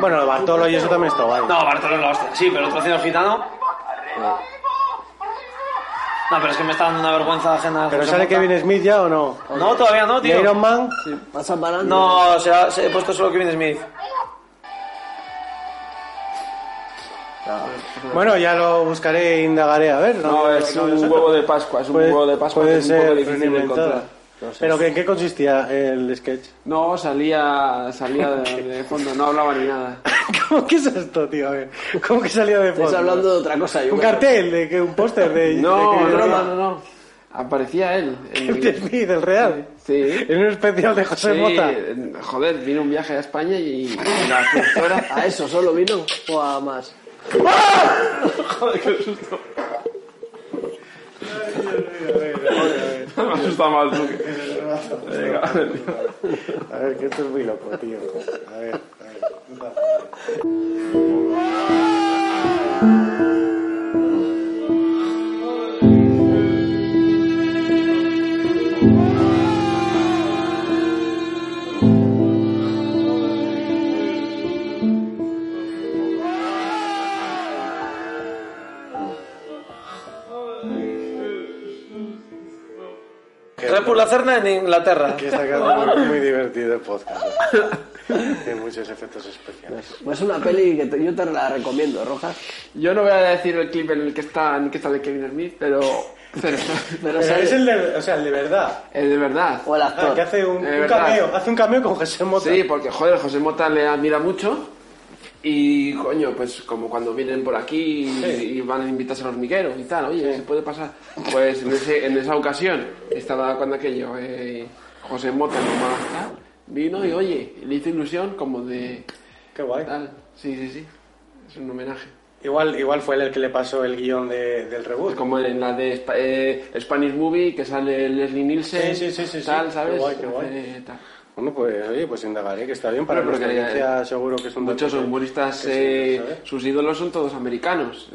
S1: Bueno, lo Bartolo y eso también está guay.
S4: No, Bartolo es la hostia. Sí, pero el trocino gitano. No, pero es que me está dando una vergüenza ajena.
S1: ¿Pero
S4: José
S1: sale
S4: Mota.
S1: Kevin Smith ya o no?
S4: No, todavía no,
S1: ¿Y
S4: tío.
S1: Iron Man?
S3: Pasa para adelante.
S4: No, se ha, se he puesto solo Kevin Smith.
S1: Bueno, ya lo buscaré e indagaré, a ver.
S2: No, es un huevo de Pascua, es un
S1: Puede,
S2: huevo de Pascua
S1: puede
S2: que es un poco
S1: ser
S2: difícil de encontrar.
S1: reinventada. ¿Pero que- en qué consistía el sketch? (laughs)
S2: No, salía, salía de, de fondo, no hablaba ni nada.
S1: ¿Cómo que es esto, tío? A ver, ¿Cómo que salía de fondo?
S3: Estás hablando de otra cosa. Yo
S1: ¿Un
S3: creo.
S1: cartel? de que ¿Un póster? De, de
S2: (laughs) No,
S1: que-
S2: no, no, no, no. Aparecía él.
S1: (laughs) El de
S2: en-
S1: mí, del Real.
S2: Sí.
S1: En un especial de José
S2: Sí,
S1: Mota.
S2: en- Joder, vino un viaje a España y y la
S1: (laughs)
S2: productora.
S3: ¿A eso solo vino? ¿O a más?
S2: Me asusta más tú que-
S1: A ver, que esto es muy loco, tío. A ver, a ver.
S4: Repu la Cerna en Inglaterra.
S1: Que está
S2: (laughs)
S1: quedando muy, muy divertido el podcast. ¿eh? Tiene muchos efectos especiales.
S3: Pues Es una peli que te- yo te la recomiendo, Rojas.
S2: Yo no voy a decir el clip en el que está, en el que sale Kevin Smith, pero. Pero, pero
S1: Pero
S2: sale-
S1: es el de, o sea, el de verdad.
S2: el de verdad.
S3: O el
S1: Ah,
S3: actor.
S1: que hace un,
S2: De
S1: un
S2: verdad.
S1: cameo. Hace un cameo con José Mota.
S2: Sí, porque joder, José Mota le admira mucho. Y coño, pues como cuando vienen por aquí y, y van a invitarse al hormiguero y tal, oye, se puede pasar. Pues en, ese- en esa ocasión, estaba cuando aquello, eh, José Mota nomás, tal, vino y oye, le hizo ilusión como de.
S1: Qué guay.
S2: Tal. Sí, sí, sí. Es un homenaje.
S1: Igual, igual fue él el que le pasó el guión de- del reboot.
S2: Como en la de Spa- eh, Spanish Movie, que sale Leslie Nielsen.
S1: Sí, sí, sí, sí, sí.
S2: Tal,
S1: Qué
S2: ¿sabes?
S1: guay, qué guay.
S2: Hace tal.
S1: Bueno, pues oye, pues indagaré, que está bien para
S2: Bueno,
S1: nuestra
S2: porque,
S1: audiencia, seguro que es un
S2: Muchos
S1: dato que-
S2: humoristas,
S1: que sí,
S2: eh,
S1: ¿sabes?
S2: sus ídolos son todos americanos.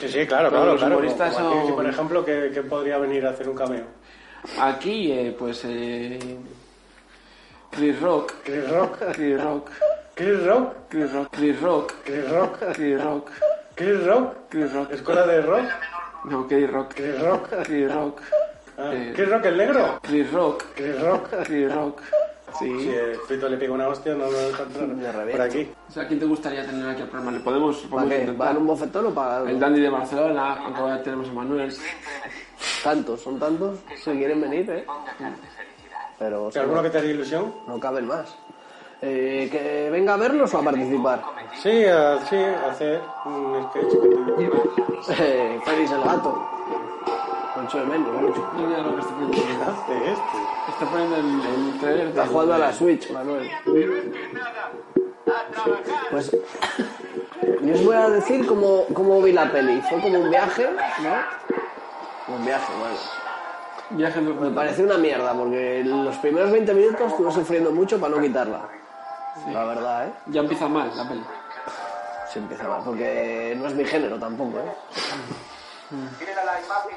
S1: Sí, sí, claro,
S2: todos
S1: claro,
S2: los
S1: claro.
S2: humoristas
S1: Como aquí,
S2: son-
S1: Por ejemplo, que, que podría venir a hacer un cameo.
S2: Aquí, eh, pues, eh, Chris Rock,
S1: Chris Rock,
S2: Chris Rock,
S1: Chris Rock,
S2: Chris Rock, Chris Rock,
S1: Chris Rock,
S2: Chris Rock,
S1: Chris Rock,
S2: Chris Rock,
S1: escuela de rock,
S2: no, Chris Rock,
S1: Chris Rock,
S2: Chris Rock,
S1: ah,
S2: eh,
S1: Chris Rock el negro,
S2: Chris Rock,
S1: Chris Rock.
S2: Chris Rock.
S1: Si
S2: Sí.
S1: el Fito le pega una hostia, no lo encontrará por aquí.
S2: O sea, ¿quién te gustaría tener aquí al programa? ¿Le podemos,
S3: ¿Para
S2: podemos
S3: qué? ¿Para
S2: intentar?
S3: dar un bofetón o para
S2: El Dandy de Barcelona, aunque ahora tenemos a Manuel.
S3: tantos? Son tantos que quieren venir, ¿eh? Pero
S1: ¿Hay ¿Alguno que te haría ilusión?
S3: no caben más. Eh, que venga a verlos o a participar.
S1: Sí, a- sí, hacer un sketch. que te-
S3: Eh, Félix el gato. Lo echo de menos mucho.
S2: Mira lo que está poniendo.
S1: Hace este.
S2: Está poniendo el, el trailer.
S3: Está
S2: del-
S3: jugando a la Switch, Manuel. Pues yo os voy a decir cómo, cómo vi la peli. Fue como un viaje, ¿no? Un viaje, bueno.
S2: Viaje en el
S3: Me pareció una mierda porque los primeros 20 minutos estuve sufriendo mucho para no quitarla. La verdad, ¿eh?
S2: Ya empieza mal la peli.
S3: Se empieza mal, porque no es mi género tampoco, ¿eh?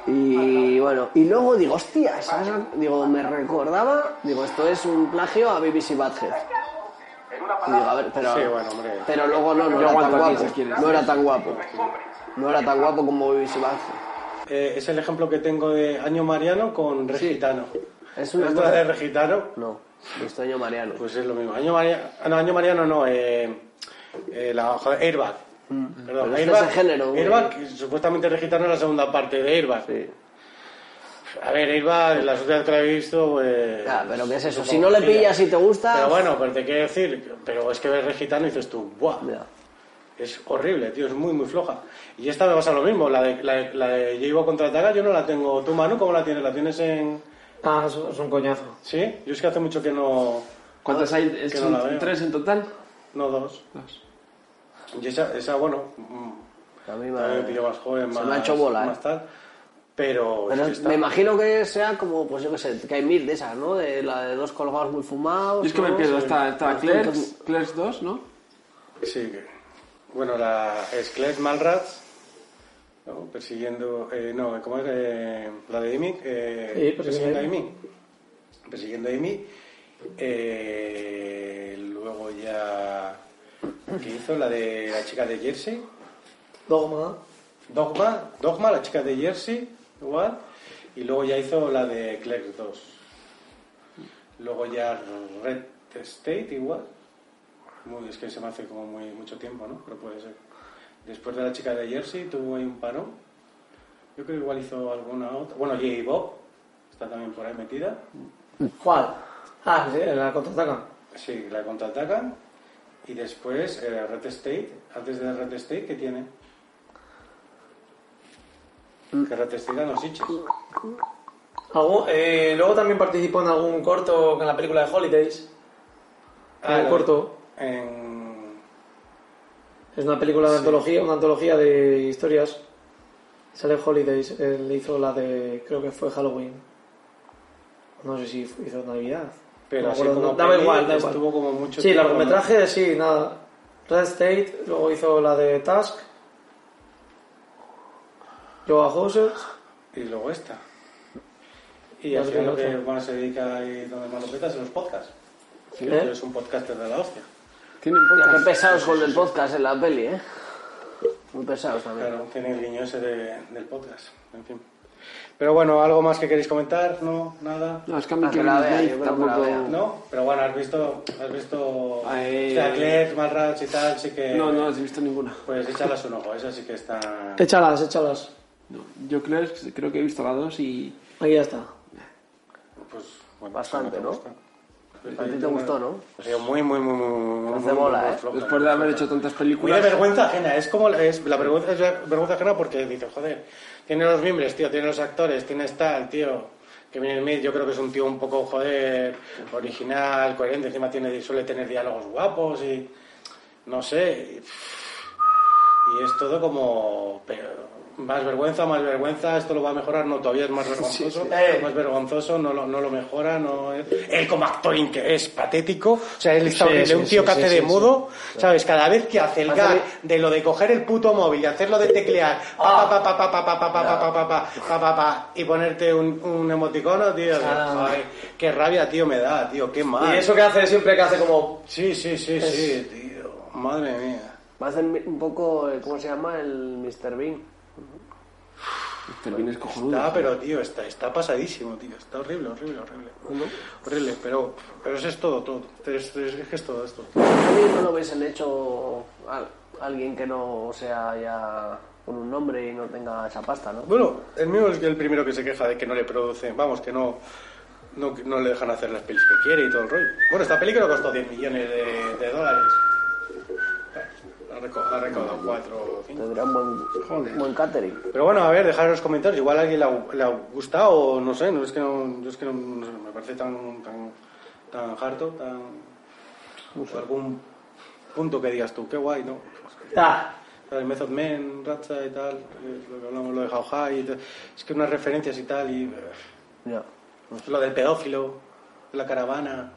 S3: Y bueno, y luego digo, hostia, ¿sabes? Digo, me recordaba, digo, esto es un plagio a BBC Badhead. Y digo, a ver, pero,
S1: Sí, bueno, hombre.
S3: pero luego no, no
S2: Yo
S3: era tan
S2: aguanto aquí,
S3: guapo.
S2: si quieres.
S3: No era tan guapo. No era tan guapo como BBC Badhead.
S1: Eh, es el ejemplo que tengo de Año Mariano con Regitano.
S3: Es
S1: ¿Una
S3: una
S1: historia de
S3: cosa...
S1: Regitano?
S3: No, extraño Mariano.
S1: Pues es lo mismo. Año Mariano no, Año Mariano no eh, eh, la, joder, Airbag. Perdón,
S3: Pero este es el género, güey.
S1: Airbag, que supuestamente Regitano es la segunda parte de Airbag.
S3: Sí.
S1: A ver, Airbag, la sociedad que la he visto, pues...
S3: Ya, pero ¿qué es eso?
S1: supongo
S3: Si no le
S1: que sí,
S3: pillas y te gusta-
S1: Pero bueno, pero te quiero decir, pero es que ves Regitano y dices tú, ¡buah!
S3: Ya.
S1: Es horrible, tío, es muy, muy floja. Y esta me pasa lo mismo, la de, la, de- la de Llevo contraataca, yo no la tengo. ¿Tú, Manu, cómo la tienes? ¿La tienes en...?
S4: Ah, es es un coñazo.
S1: ¿Sí? Yo es que hace mucho que no...
S2: ¿Cuántas hay?
S1: que no
S2: ¿Son
S1: la veo.
S2: tres en total?
S1: No dos.
S2: Dos.
S1: Y esa, esa bueno, mm,
S3: A mí me-
S1: también me pilló más joven,
S3: se
S1: más,
S3: me ha hecho bola,
S1: más
S3: ¿eh?
S1: tal. Pero, es
S3: Pero
S1: que está-
S3: me imagino que sea como, pues yo qué sé, que hay mil de esas, ¿no? De la de dos colgados muy fumados.
S2: Yo es que me
S3: ¿no?
S2: pierdo.
S3: Sí.
S2: Está, está Clerks, Clerks 2, ¿no?
S1: Sí, que- bueno, la Skles Malrats, ¿no? persiguiendo, eh, no, ¿cómo es? Eh, la de Amy, eh,
S4: Sí,
S1: persiguiendo
S4: persiguiendo
S1: a Amy. Persiguiendo a Amy. Eh, luego ya, ¿qué hizo? La de la chica de Jersey.
S4: Dogma.
S1: Dogma, Dogma, la chica de Jersey, igual. Y luego ya hizo la de Clerks 2. Luego ya Red State, igual. Muy, es que se me hace como muy, mucho tiempo, ¿no? Pero puede ser. Después de la chica de Jersey tuvo ahí un parón. Yo creo que igual hizo alguna otra. Bueno, J. Bob está también por ahí metida.
S4: ¿Cuál? Ah, sí, la contraataca.
S1: Sí, la contraatacan. Y después eh, Red State, antes de Red State, ¿qué tiene? Que Red State ganó Sitges.
S4: Algún- eh, luego también participó en algún corto, en la película de Holidays. En
S1: Ah,
S4: el
S1: la-
S4: corto.
S1: En...
S4: Es una película de antología, una antología de historias. Sale Holidays, él hizo la de, creo que fue Halloween. No sé si hizo Navidad.
S1: Pero
S4: No
S1: así
S4: me acuerdo,
S1: como
S4: no, daba
S1: peli,
S4: igual, daba igual.
S1: estuvo como mucho
S4: Sí,
S1: tiempo, ¿no?
S4: largometraje, sí, nada. Red State, luego hizo la de Task. Joa Hauser.
S1: Y luego esta. Y
S4: No
S1: al
S4: sé
S1: final
S4: qué
S1: lo que
S4: cosa.
S1: bueno, se dedica ahí donde más lo peta es en los podcasts.
S3: ¿Eh?
S1: Pero Es un podcaster de la hostia.
S2: Tienen
S3: Hostia, Qué
S2: podcast.
S3: pesados con el podcast en la peli, ¿eh? Muy pesados también.
S1: Claro, tiene el guiño ese de- del podcast. En fin. Pero bueno, ¿algo más que queréis comentar? ¿No? ¿Nada?
S2: No, es que a mí
S3: Ah, que
S2: Kevin
S3: la vea,
S2: Smith
S3: yo creo que la
S2: tampoco...
S3: vea.
S1: ¿No? Pero bueno, has visto. Has visto.
S2: Ay.
S1: Chaclet, Malrach y tal, sí que.
S2: No, no, no he visto ninguna.
S1: Pues échalas un ojo, esas sí que están.
S4: Échalas, échalas.
S2: No, yo creo, creo que he visto la dos y...
S4: Aquí ya está.
S1: Pues, bueno,
S3: Bastante,
S1: si
S3: ¿no?
S1: te gusta.
S3: A ti te gustó, ¿no?
S1: Ha sido muy, muy, muy, muy, muy,
S3: Hace
S1: muy,
S3: bola,
S1: muy
S3: ¿eh?
S1: floja.
S2: Después de haber hecho tantas
S1: Muy de
S2: películas...
S1: vergüenza ajena, es como la- es, la vergüenza es ver- vergüenza ajena porque dices, joder, tiene los mimbres, tío, tiene los actores, tienes tal, tío. Que viene Smith, yo creo que es un tío un poco, joder, original, coherente, encima tiene, suele tener diálogos guapos y. No sé. Y es todo como. pero más vergüenza, más vergüenza, esto lo va a mejorar, no, todavía
S4: (laughs)
S1: es más vergonzoso.
S3: Eh.
S1: Más vergonzoso, no lo, no lo mejora, no. es- Él como actor in- que es patético, o sea, él está
S4: Sí,
S1: horrible,
S4: sí,
S1: un tío
S4: sí,
S1: que
S4: sí,
S1: hace de
S4: sí,
S1: mudo, ¿sabes? Cada vez que hace el
S3: Hace-
S1: gag de lo de coger el puto móvil y hacerlo de
S4: (laughs)
S1: teclear pa pa pa pa pa pa pa pa pa pa pa pa pa pa pa y ponerte un, un emoticono, tío. Joder, qué rabia, tío, me da, tío, qué mal.
S4: Ah. Y eso que hace siempre que hace como...
S1: Sí, sí, sí, sí, tío. Madre mía.
S3: Me hacen mi- un poco, eh, ¿cómo se llama? El Mr. Bean.
S2: Te vienes cojonudo.
S1: Está, pero tío, está, está pasadísimo, tío. Está horrible, horrible, horrible. Horrible, pero, pero eso es todo, todo. Es, es- es que es todo esto.
S3: ¿A mí no lo hubiesen hecho al- alguien que no sea ya con un nombre y no tenga esa pasta, ¿no?
S1: Bueno, el mío es el primero que se queja de que no le producen, vamos, que no, no, no le dejan hacer las pelis que quiere y todo el rollo. Bueno, esta película costó 10 millones de, de dólares. Ha reco- ha recaudado 4 o 5.
S3: Tendría un buen, buen catering.
S1: Pero bueno, a ver, dejar en los comentarios. Igual a alguien le ha, le ha gustado, o no sé, no es que no, yo es que no, no sé, me parece tan, tan, tan harto, tan. o algún punto que digas tú, qué guay, ¿no?
S4: Ah,
S1: El Method Man, Ratcha y tal, eh, lo que hablamos, lo de Jauja y tal. Es que unas referencias y tal, y. eh,
S3: Ya,
S1: Lo del pedófilo, la caravana.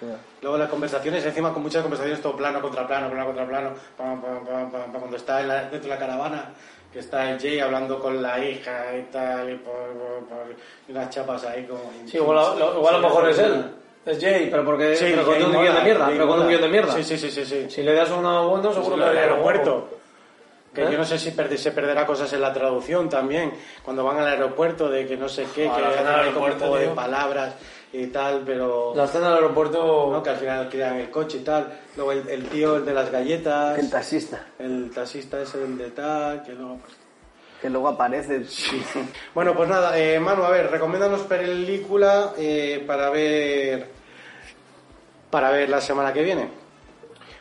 S3: ya.
S1: Luego las conversaciones, encima con muchas conversaciones, todo plano contra plano, plano contra plano, pam, pam, pam, pam, pam, cuando está en la- dentro de la caravana, que está el Jay hablando con la hija y tal, y, por, por- por- y unas chapas ahí como...
S4: sí, igual, a- lo, igual a lo mejor es él. Es Jay, pero porque...
S1: Sí,
S4: pero con
S1: Jay
S4: un
S1: mola,
S4: guión de mierda,
S1: Jay
S4: pero con un
S1: mola.
S4: guión de mierda.
S1: Sí, sí, sí, sí. sí.
S4: Si le das uno bueno, seguro
S1: Lo del
S4: le da un
S1: aeropuerto. Que
S4: ¿Eh?
S1: yo no sé si perdi- se perderá cosas en la traducción también, cuando van al aeropuerto de que no sé qué,
S4: Ah,
S1: que
S4: la
S1: hacen
S4: escena del
S1: ahí como un
S4: aeropuerto,
S1: juego de
S4: tío.
S1: palabras y tal, pero...
S4: poco. La escena del aeropuerto...
S1: ¿no? que al final alquilan el coche y tal. Luego el, el tío, el de las galletas,
S3: El taxista,
S1: el taxista ese del de tal, que luego... pues,
S3: que luego aparece.
S1: Bueno, pues nada, eh, Manu, a ver, recomiéndanos película eh, para ver para ver la semana que viene.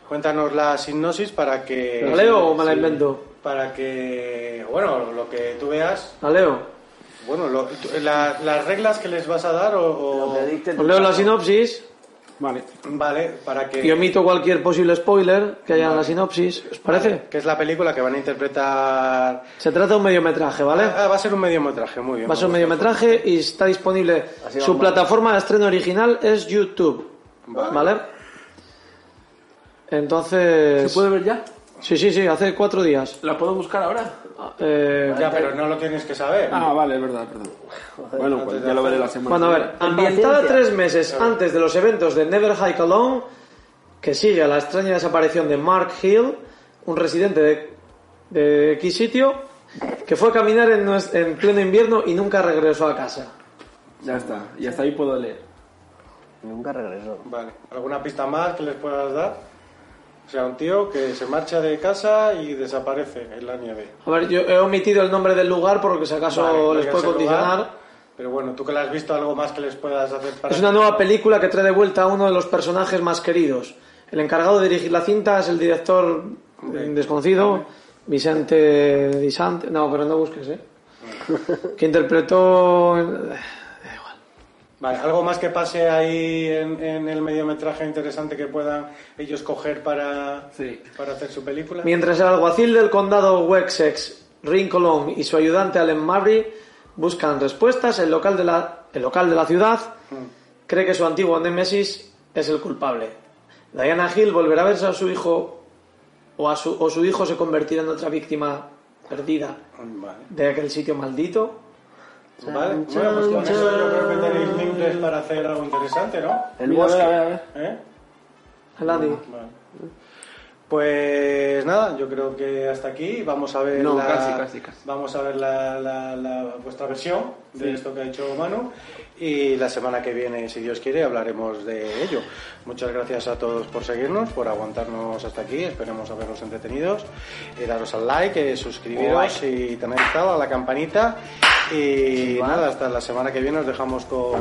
S1: Cuéntanos la sinopsis para que...
S4: ¿La leo o me la invento?
S1: Para que... Bueno, lo que tú veas...
S4: ¿La leo?
S1: Bueno, lo- tú- la- las reglas que les vas a dar o... o-
S3: Lo que dicte tu
S4: Os leo la
S3: caso.
S4: sinopsis. Vale.
S1: Vale, para que...
S4: Y omito cualquier posible spoiler que haya en la sinopsis. ¿Os parece?
S1: Que es la película que van a interpretar...
S4: Se trata de un mediometraje, ¿vale?
S1: Ah, va a ser un mediometraje, muy bien.
S4: Va a ser un
S1: me gusta.
S4: mediometraje y está disponible.
S3: Así
S4: Su
S3: vamos.
S4: plataforma de estreno original es YouTube. ¿Vale?
S2: ¿Se
S4: Entonces.
S2: puede ver ya?
S4: Sí, sí, sí, hace cuatro días.
S2: ¿La puedo buscar ahora?
S4: Eh,
S1: Ya, pero no lo tienes que saber.
S2: Ah, vale, es verdad, perdón. Bueno, pues ya lo veré la semana.
S4: Bueno, a ver, ambientada
S3: paciencia.
S4: tres meses antes de los eventos de Never Hike Alone, que sigue a la extraña desaparición de Mark Hill, un residente de, de X sitio, que fue a caminar en, nues- en pleno invierno y nunca regresó a casa.
S2: Ya está, y hasta ahí puedo leer.
S3: Nunca regresó.
S1: Vale. ¿Alguna pista más que les puedas dar? O sea, un tío que se marcha de casa y desaparece en la nieve.
S4: A ver, yo he omitido el nombre del lugar por lo que si acaso
S1: Vale, no
S4: les
S1: digas
S4: puede
S1: el lugar,
S4: condicionar.
S1: pero bueno, tú que la has visto, algo más que les puedas hacer para.
S4: Es una nueva película que trae de vuelta a uno de los personajes más queridos. El encargado de dirigir la cinta es el director eh, desconocido, Vicente Disante. No, pero no busques, ¿eh? Que interpretó. en-
S1: Vale, ¿algo más que pase ahí en, en el mediometraje interesante que puedan ellos coger para,
S4: Sí.
S1: para hacer su película?
S4: Mientras el alguacil del condado Wessex, Rincolón y su ayudante Allen Murray buscan respuestas, el local de la, el local de la ciudad cree que su antiguo némesis es el culpable. Diana Hill volverá a verse a su hijo o, a su, o su hijo se convertirá en otra víctima perdida
S1: Vale.
S4: de aquel sitio maldito.
S1: Vale, bueno, pues con eso yo creo que tenéis libres para hacer algo interesante, ¿no?
S3: El
S2: Mira, a ver,
S3: bosque.
S2: a ver, a ver.
S1: ¿Eh?
S4: Eladi,
S1: Vale. Pues nada, yo creo que hasta aquí vamos a ver
S2: No,
S1: la,
S2: casi, casi, casi.
S1: vamos a ver la, la- la- vuestra versión de
S2: Sí.
S1: esto que ha hecho Manu y la semana que viene, si Dios quiere, hablaremos de ello. Muchas gracias a todos por seguirnos, por aguantarnos hasta aquí, esperemos haberos entretenidos, eh, daros al like, eh, suscribiros y tener activada la campanita y nada, hasta la semana que viene os dejamos con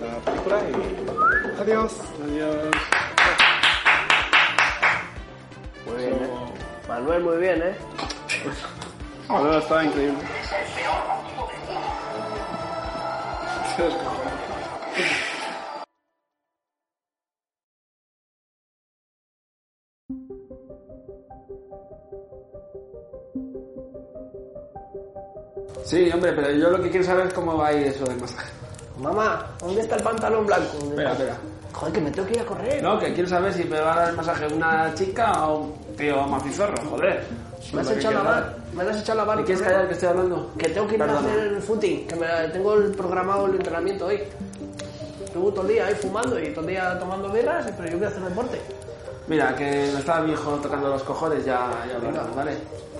S1: la película y adiós. Adiós.
S3: Muy bien, ¿eh? Manuel, muy bien, ¿eh?
S2: No, está increíble. Sí, hombre, pero yo lo que quiero saber es cómo va a ir eso del masaje.
S3: Mamá, ¿dónde está el pantalón blanco?
S2: Espera, espera.
S3: Joder, que me tengo que ir a correr.
S2: No, que quiero saber si me va a dar el masaje una chica o un tío macizorro, joder.
S3: Me has echado a lavar. Me has echado a lavar.
S2: ¿Me quieres
S3: cabrón.
S2: callar que estoy hablando?
S3: Que tengo que irme a
S2: Perdona.
S3: hacer el footing, que me tengo el programado el entrenamiento hoy. Estuve todo el día ahí fumando y todo el día tomando birras, pero yo quiero hacer deporte.
S2: Mira, que me estaba mi hijo tocando los cojones, ya, ya hablaremos, ¿vale?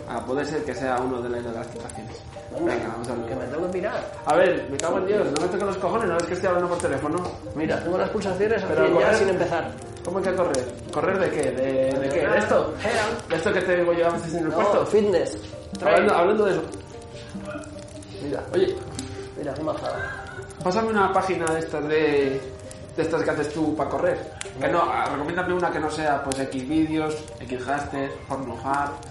S2: A poder ser que sea uno de la isla de las tentaciones. Venga, vamos a
S3: Que me
S2: ver.
S3: tengo que pirar.
S2: A ver, me cago en Dios, no me toques los cojones, no ves que estoy hablando por teléfono.
S3: Mira, tengo las pulsaciones
S2: Pero
S3: aquí ya
S2: correr-
S3: sin empezar.
S2: ¿Cómo hay que correr? ¿Correr de qué? ¿De, de qué? ¿De esto?
S3: Hell.
S2: ¿De esto que te digo yo a veces en el
S3: No,
S2: puesto?
S3: fitness. Trail.
S2: Hablando, hablando de eso.
S3: Mira,
S2: Oye,
S3: mira, qué majada.
S2: pásame una página de estas de, de estas que haces tú para correr. Que no, ah, recomiéndame una que no sea pues Xvideos, Xhaster, Pornhub.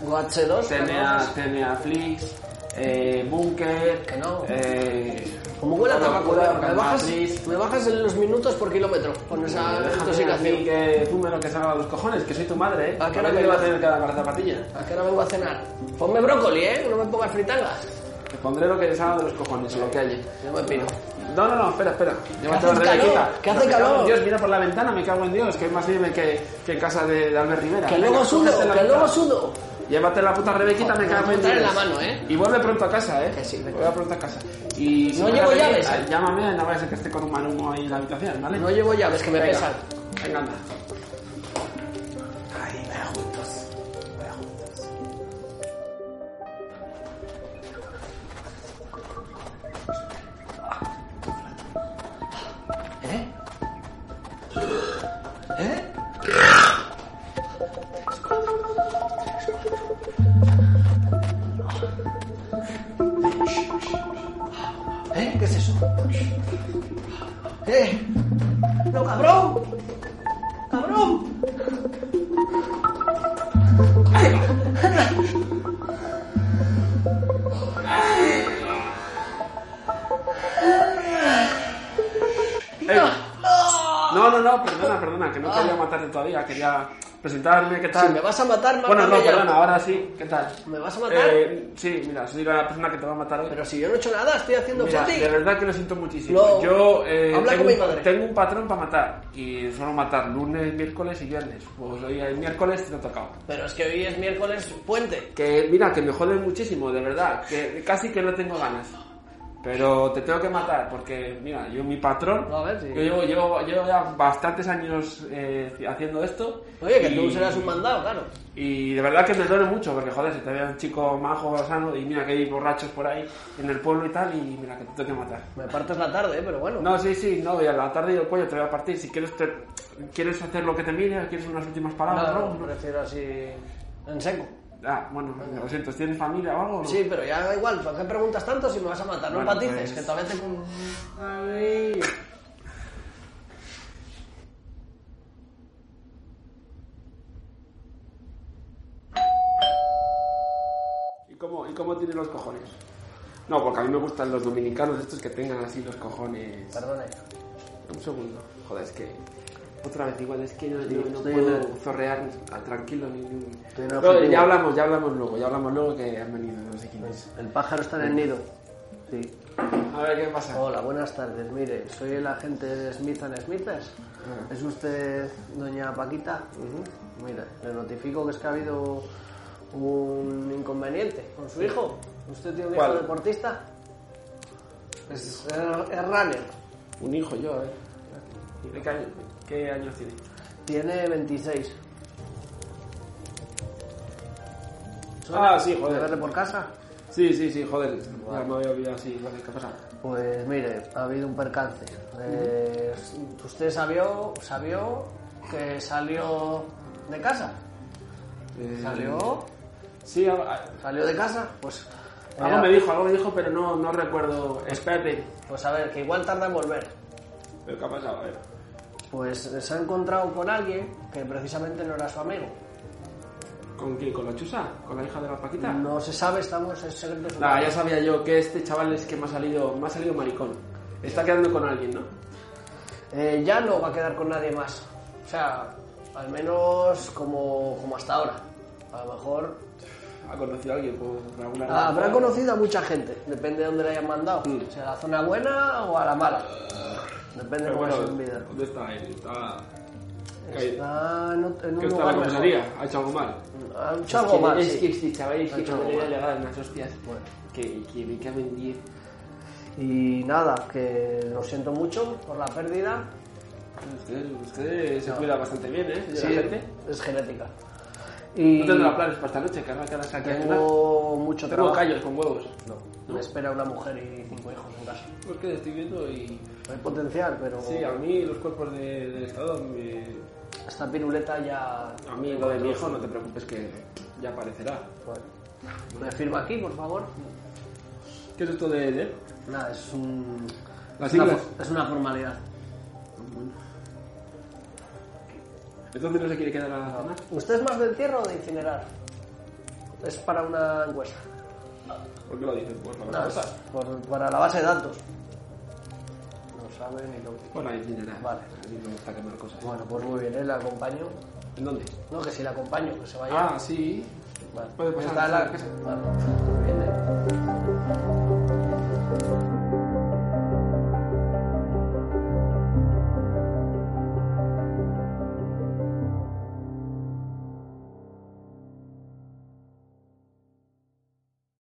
S3: Goatse 2.
S2: TNA, TNA Flix, eh, Bunker.
S3: Que no.
S2: Eh,
S3: Como huele a
S2: Coca-Cola,
S3: tabaco, me,
S2: Coca-Cola,
S3: bajas,
S2: Flix,
S3: me bajas en los minutos por kilómetro con esa
S2: eh, déjame a mí
S3: intoxicación. Ah,
S2: que fume lo que salga de los cojones, que soy tu madre, ¿eh?
S3: ¿A qué hora
S2: Ahora
S3: me
S2: va a
S3: vas?
S2: tener que dar para la zapatilla?
S3: ¿A qué hora vengo a cenar? Ponme brócoli, ¿eh? No me pongas fritangas.
S2: Te pondré lo que salga de los cojones, o lo que haya.
S3: Yo me piro.
S2: No, no, no, espera, espera. Llévate la
S3: hace
S2: rebequita.
S3: calor, que
S2: No,
S3: hace
S2: me cago en
S3: calor.
S2: Dios, mira por la ventana, me cago en Dios, que hay más nieve que, que en casa de, de Albert Rivera.
S3: Que
S2: Venga,
S3: luego sudo,
S2: cógete la
S3: que
S2: puta-
S3: luego sudo.
S2: Llévate la puta rebequita, me
S3: Joder,
S2: cago en
S3: apuntar
S2: Dios.
S3: en la mano, ¿eh?
S2: Y vuelve pronto a casa, ¿eh?
S3: Que sí, venga.
S2: Vuelve pronto a casa. Y si
S3: No
S2: me
S3: llevo
S2: la rebequita,
S3: llaves, ¿eh?
S2: Llámame, no vaya a ser que esté con un manumo ahí en la habitación, ¿vale?
S3: No llevo llaves, que me
S2: Venga.
S3: pesan.
S2: Venga, anda. Ay, vaya juntos. Vaya juntos.
S3: ¿Eh? ¿Eh? ¿Eh? ¿Qué es eso? ¿Eh? ¡No, cabrón! ¡Cabrón!
S2: Ey. No, no, no, perdona, perdona, que no quería matarte todavía, quería presentarme, ¿qué tal?
S3: Si me vas a matar, mátame
S2: Bueno, no,
S3: ya.
S2: perdona, ahora sí, ¿qué tal?
S3: ¿Me vas a matar?
S2: Eh, sí, mira, soy la persona que te va a matar hoy.
S3: Pero si yo no he hecho nada, estoy haciendo
S2: Mira,
S3: footing.
S2: de verdad que lo siento muchísimo.
S3: No.
S2: Yo eh,
S3: Habla
S2: tengo,
S3: con mi
S2: un-
S3: madre.
S2: tengo un patrón para matar. Y suelo matar lunes, miércoles y viernes. Pues hoy el miércoles te ha tocado.
S3: Pero es que hoy es miércoles puente.
S2: Que mira, que me joden muchísimo, de verdad. Que casi que no tengo ganas. Pero te tengo que matar porque, mira, yo mi patrón...
S3: A ver, sí.
S2: Yo llevo, llevo, llevo ya bastantes años eh, haciendo esto.
S3: Oye, que
S2: y-
S3: tú serás un mandado, claro.
S2: y de verdad que me duele mucho, porque joder, si te ve un chico majo, sano, y mira que hay borrachos por ahí en el pueblo y tal, y mira que te tengo que matar.
S3: Me partes la tarde, ¿eh? pero bueno.
S2: No, sí, sí, no, y a la tarde y el cuello te voy a partir. Si quieres te- quieres hacer lo que te mire, quieres unas últimas palabras,
S3: no,
S2: ¿no?
S3: no, prefiero así en seco.
S2: Ah, bueno, lo siento, ¿tienes familia o algo? o no?
S3: Sí, pero ya da igual, ¿para qué preguntas tanto si me vas a matar? No
S2: Bueno,
S3: empatices,
S2: pues-
S3: que todavía tengo un...
S2: ¿Y cómo, ¿Y cómo tiene los cojones? No, porque a mí me gustan los dominicanos estos que tengan así los cojones.
S3: Perdone.
S2: segundo. Joder, es que. Otra vez, igual, es que no, no- no
S3: estoy en
S2: puedo
S3: la-
S2: zorrear a- tranquilo ni. ni-
S3: en la
S2: Pero
S3: objetivo.
S2: ya hablamos, ya hablamos luego, ya hablamos luego que han venido, no sé quién es.
S3: El pájaro está en el nido. Sí.
S2: A ver qué pasa.
S3: Hola, buenas tardes. Mire, soy el agente de Smith and Smithers.
S2: Ah.
S3: ¿Es usted doña Paquita? Mira, le notifico que es que ha habido un inconveniente con su hijo. ¿Usted tiene un hijo
S2: ¿Cuál? er,
S3: deportista? Es, es- es runner.
S2: Un hijo yo, eh. a ver. ¿De qué, año- qué años tiene?
S3: Tiene 26.
S2: Ah, sí,
S3: ¿Puede
S2: joder.
S3: verle por casa?
S2: Sí, sí, sí, joder. Ya me había olvidado, sí, no sé qué pasa.
S3: Pues mire, ha habido un percance. Eh, ¿Usted sabió, sabió que salió de casa?
S2: Eh,
S3: ¿Salió?
S2: Sí, a- a-
S3: ¿Salió de casa? Pues,
S2: algo
S3: eh,
S2: me dijo, algo me dijo, pero no, no recuerdo. Espérate.
S3: pues a ver, que igual tarda en volver.
S2: ¿Pero qué ha pasado? A ver.
S3: Pues se ha encontrado con alguien que precisamente no era su amigo.
S2: ¿Con quién? ¿Con la chusa? ¿Con la hija de la Paquita?
S3: No se sabe, estamos en secreto.
S2: Nah, ya sabía yo que este chaval es que me ha salido, me ha salido maricón. Está quedando con alguien, ¿no?
S3: Eh, ya no va a quedar con nadie más. O sea, al menos como, como hasta ahora. A lo mejor
S2: Ha conocido a alguien por alguna razón.
S3: habrá Ah, conocido a mucha gente, depende de dónde la hayan mandado.
S2: Sí.
S3: Si a la zona buena o a la mala. Depende de
S2: Pero
S3: cómo
S2: bueno,
S3: sea su vida.
S2: ¿dónde está él? Está... ¿Qué
S3: Está en, ot- Ah, en un
S2: está en
S3: lugar
S2: la
S3: mejor. Ah,
S2: comisaría? ¿Ha hecho algo mal?
S3: Ha hecho algo mal,
S2: Es
S3: sí.
S2: que este chaval es
S3: Ha
S2: que
S3: hecho
S2: no
S3: algo
S2: le voy a
S3: mal.
S2: llegar unas hostias.
S3: Bueno.
S2: Que, que me caben 10.
S3: Y nada, que lo siento mucho por la pérdida.
S2: Usted, usted se cuida bastante bien, ¿eh? señora gente?
S3: es genética. Y
S2: No tendrá planes para esta noche, que ahora que ahora se ha quedado.
S3: tengo mucho
S2: Tengo
S3: trabajo.
S2: callos con huevos.
S3: No,
S2: No.
S3: me espera una mujer y cinco hijos en casa.
S2: Porque Pues estoy viendo y...
S3: Hay potencial, pero
S2: Sí, a mí los cuerpos de- del Estado me...
S3: esta piruleta ya...
S2: A mí lo de mi hijo no te preocupes que ya aparecerá.
S3: Bueno, ¿Me firma aquí, por favor?
S2: ¿Qué es esto de él?
S3: Nada, es un...
S2: Las
S3: es, una,
S2: siglas.
S3: es una formalidad.
S2: Entonces no se quiere quedar a cenar.
S3: ¿Usted es más de entierro o de incinerar? Es para una encuesta.
S2: ¿Por qué lo dices? Pues para
S3: No,
S2: las
S3: es
S2: cosas.
S3: por- para la base de datos. No sabe ni lo que...
S2: Pues la incinerar.
S3: Vale.
S2: A mí me gusta quemar cosas.
S3: Bueno, pues muy bien, ¿eh? La acompaño.
S2: ¿En dónde?
S3: No, que si la acompaño, que se vaya.
S2: Ah, sí.
S3: Vale.
S2: puede pasar,
S3: Está
S2: sí,
S3: la-
S2: pasa.
S3: Vale. Muy bien, ¿eh?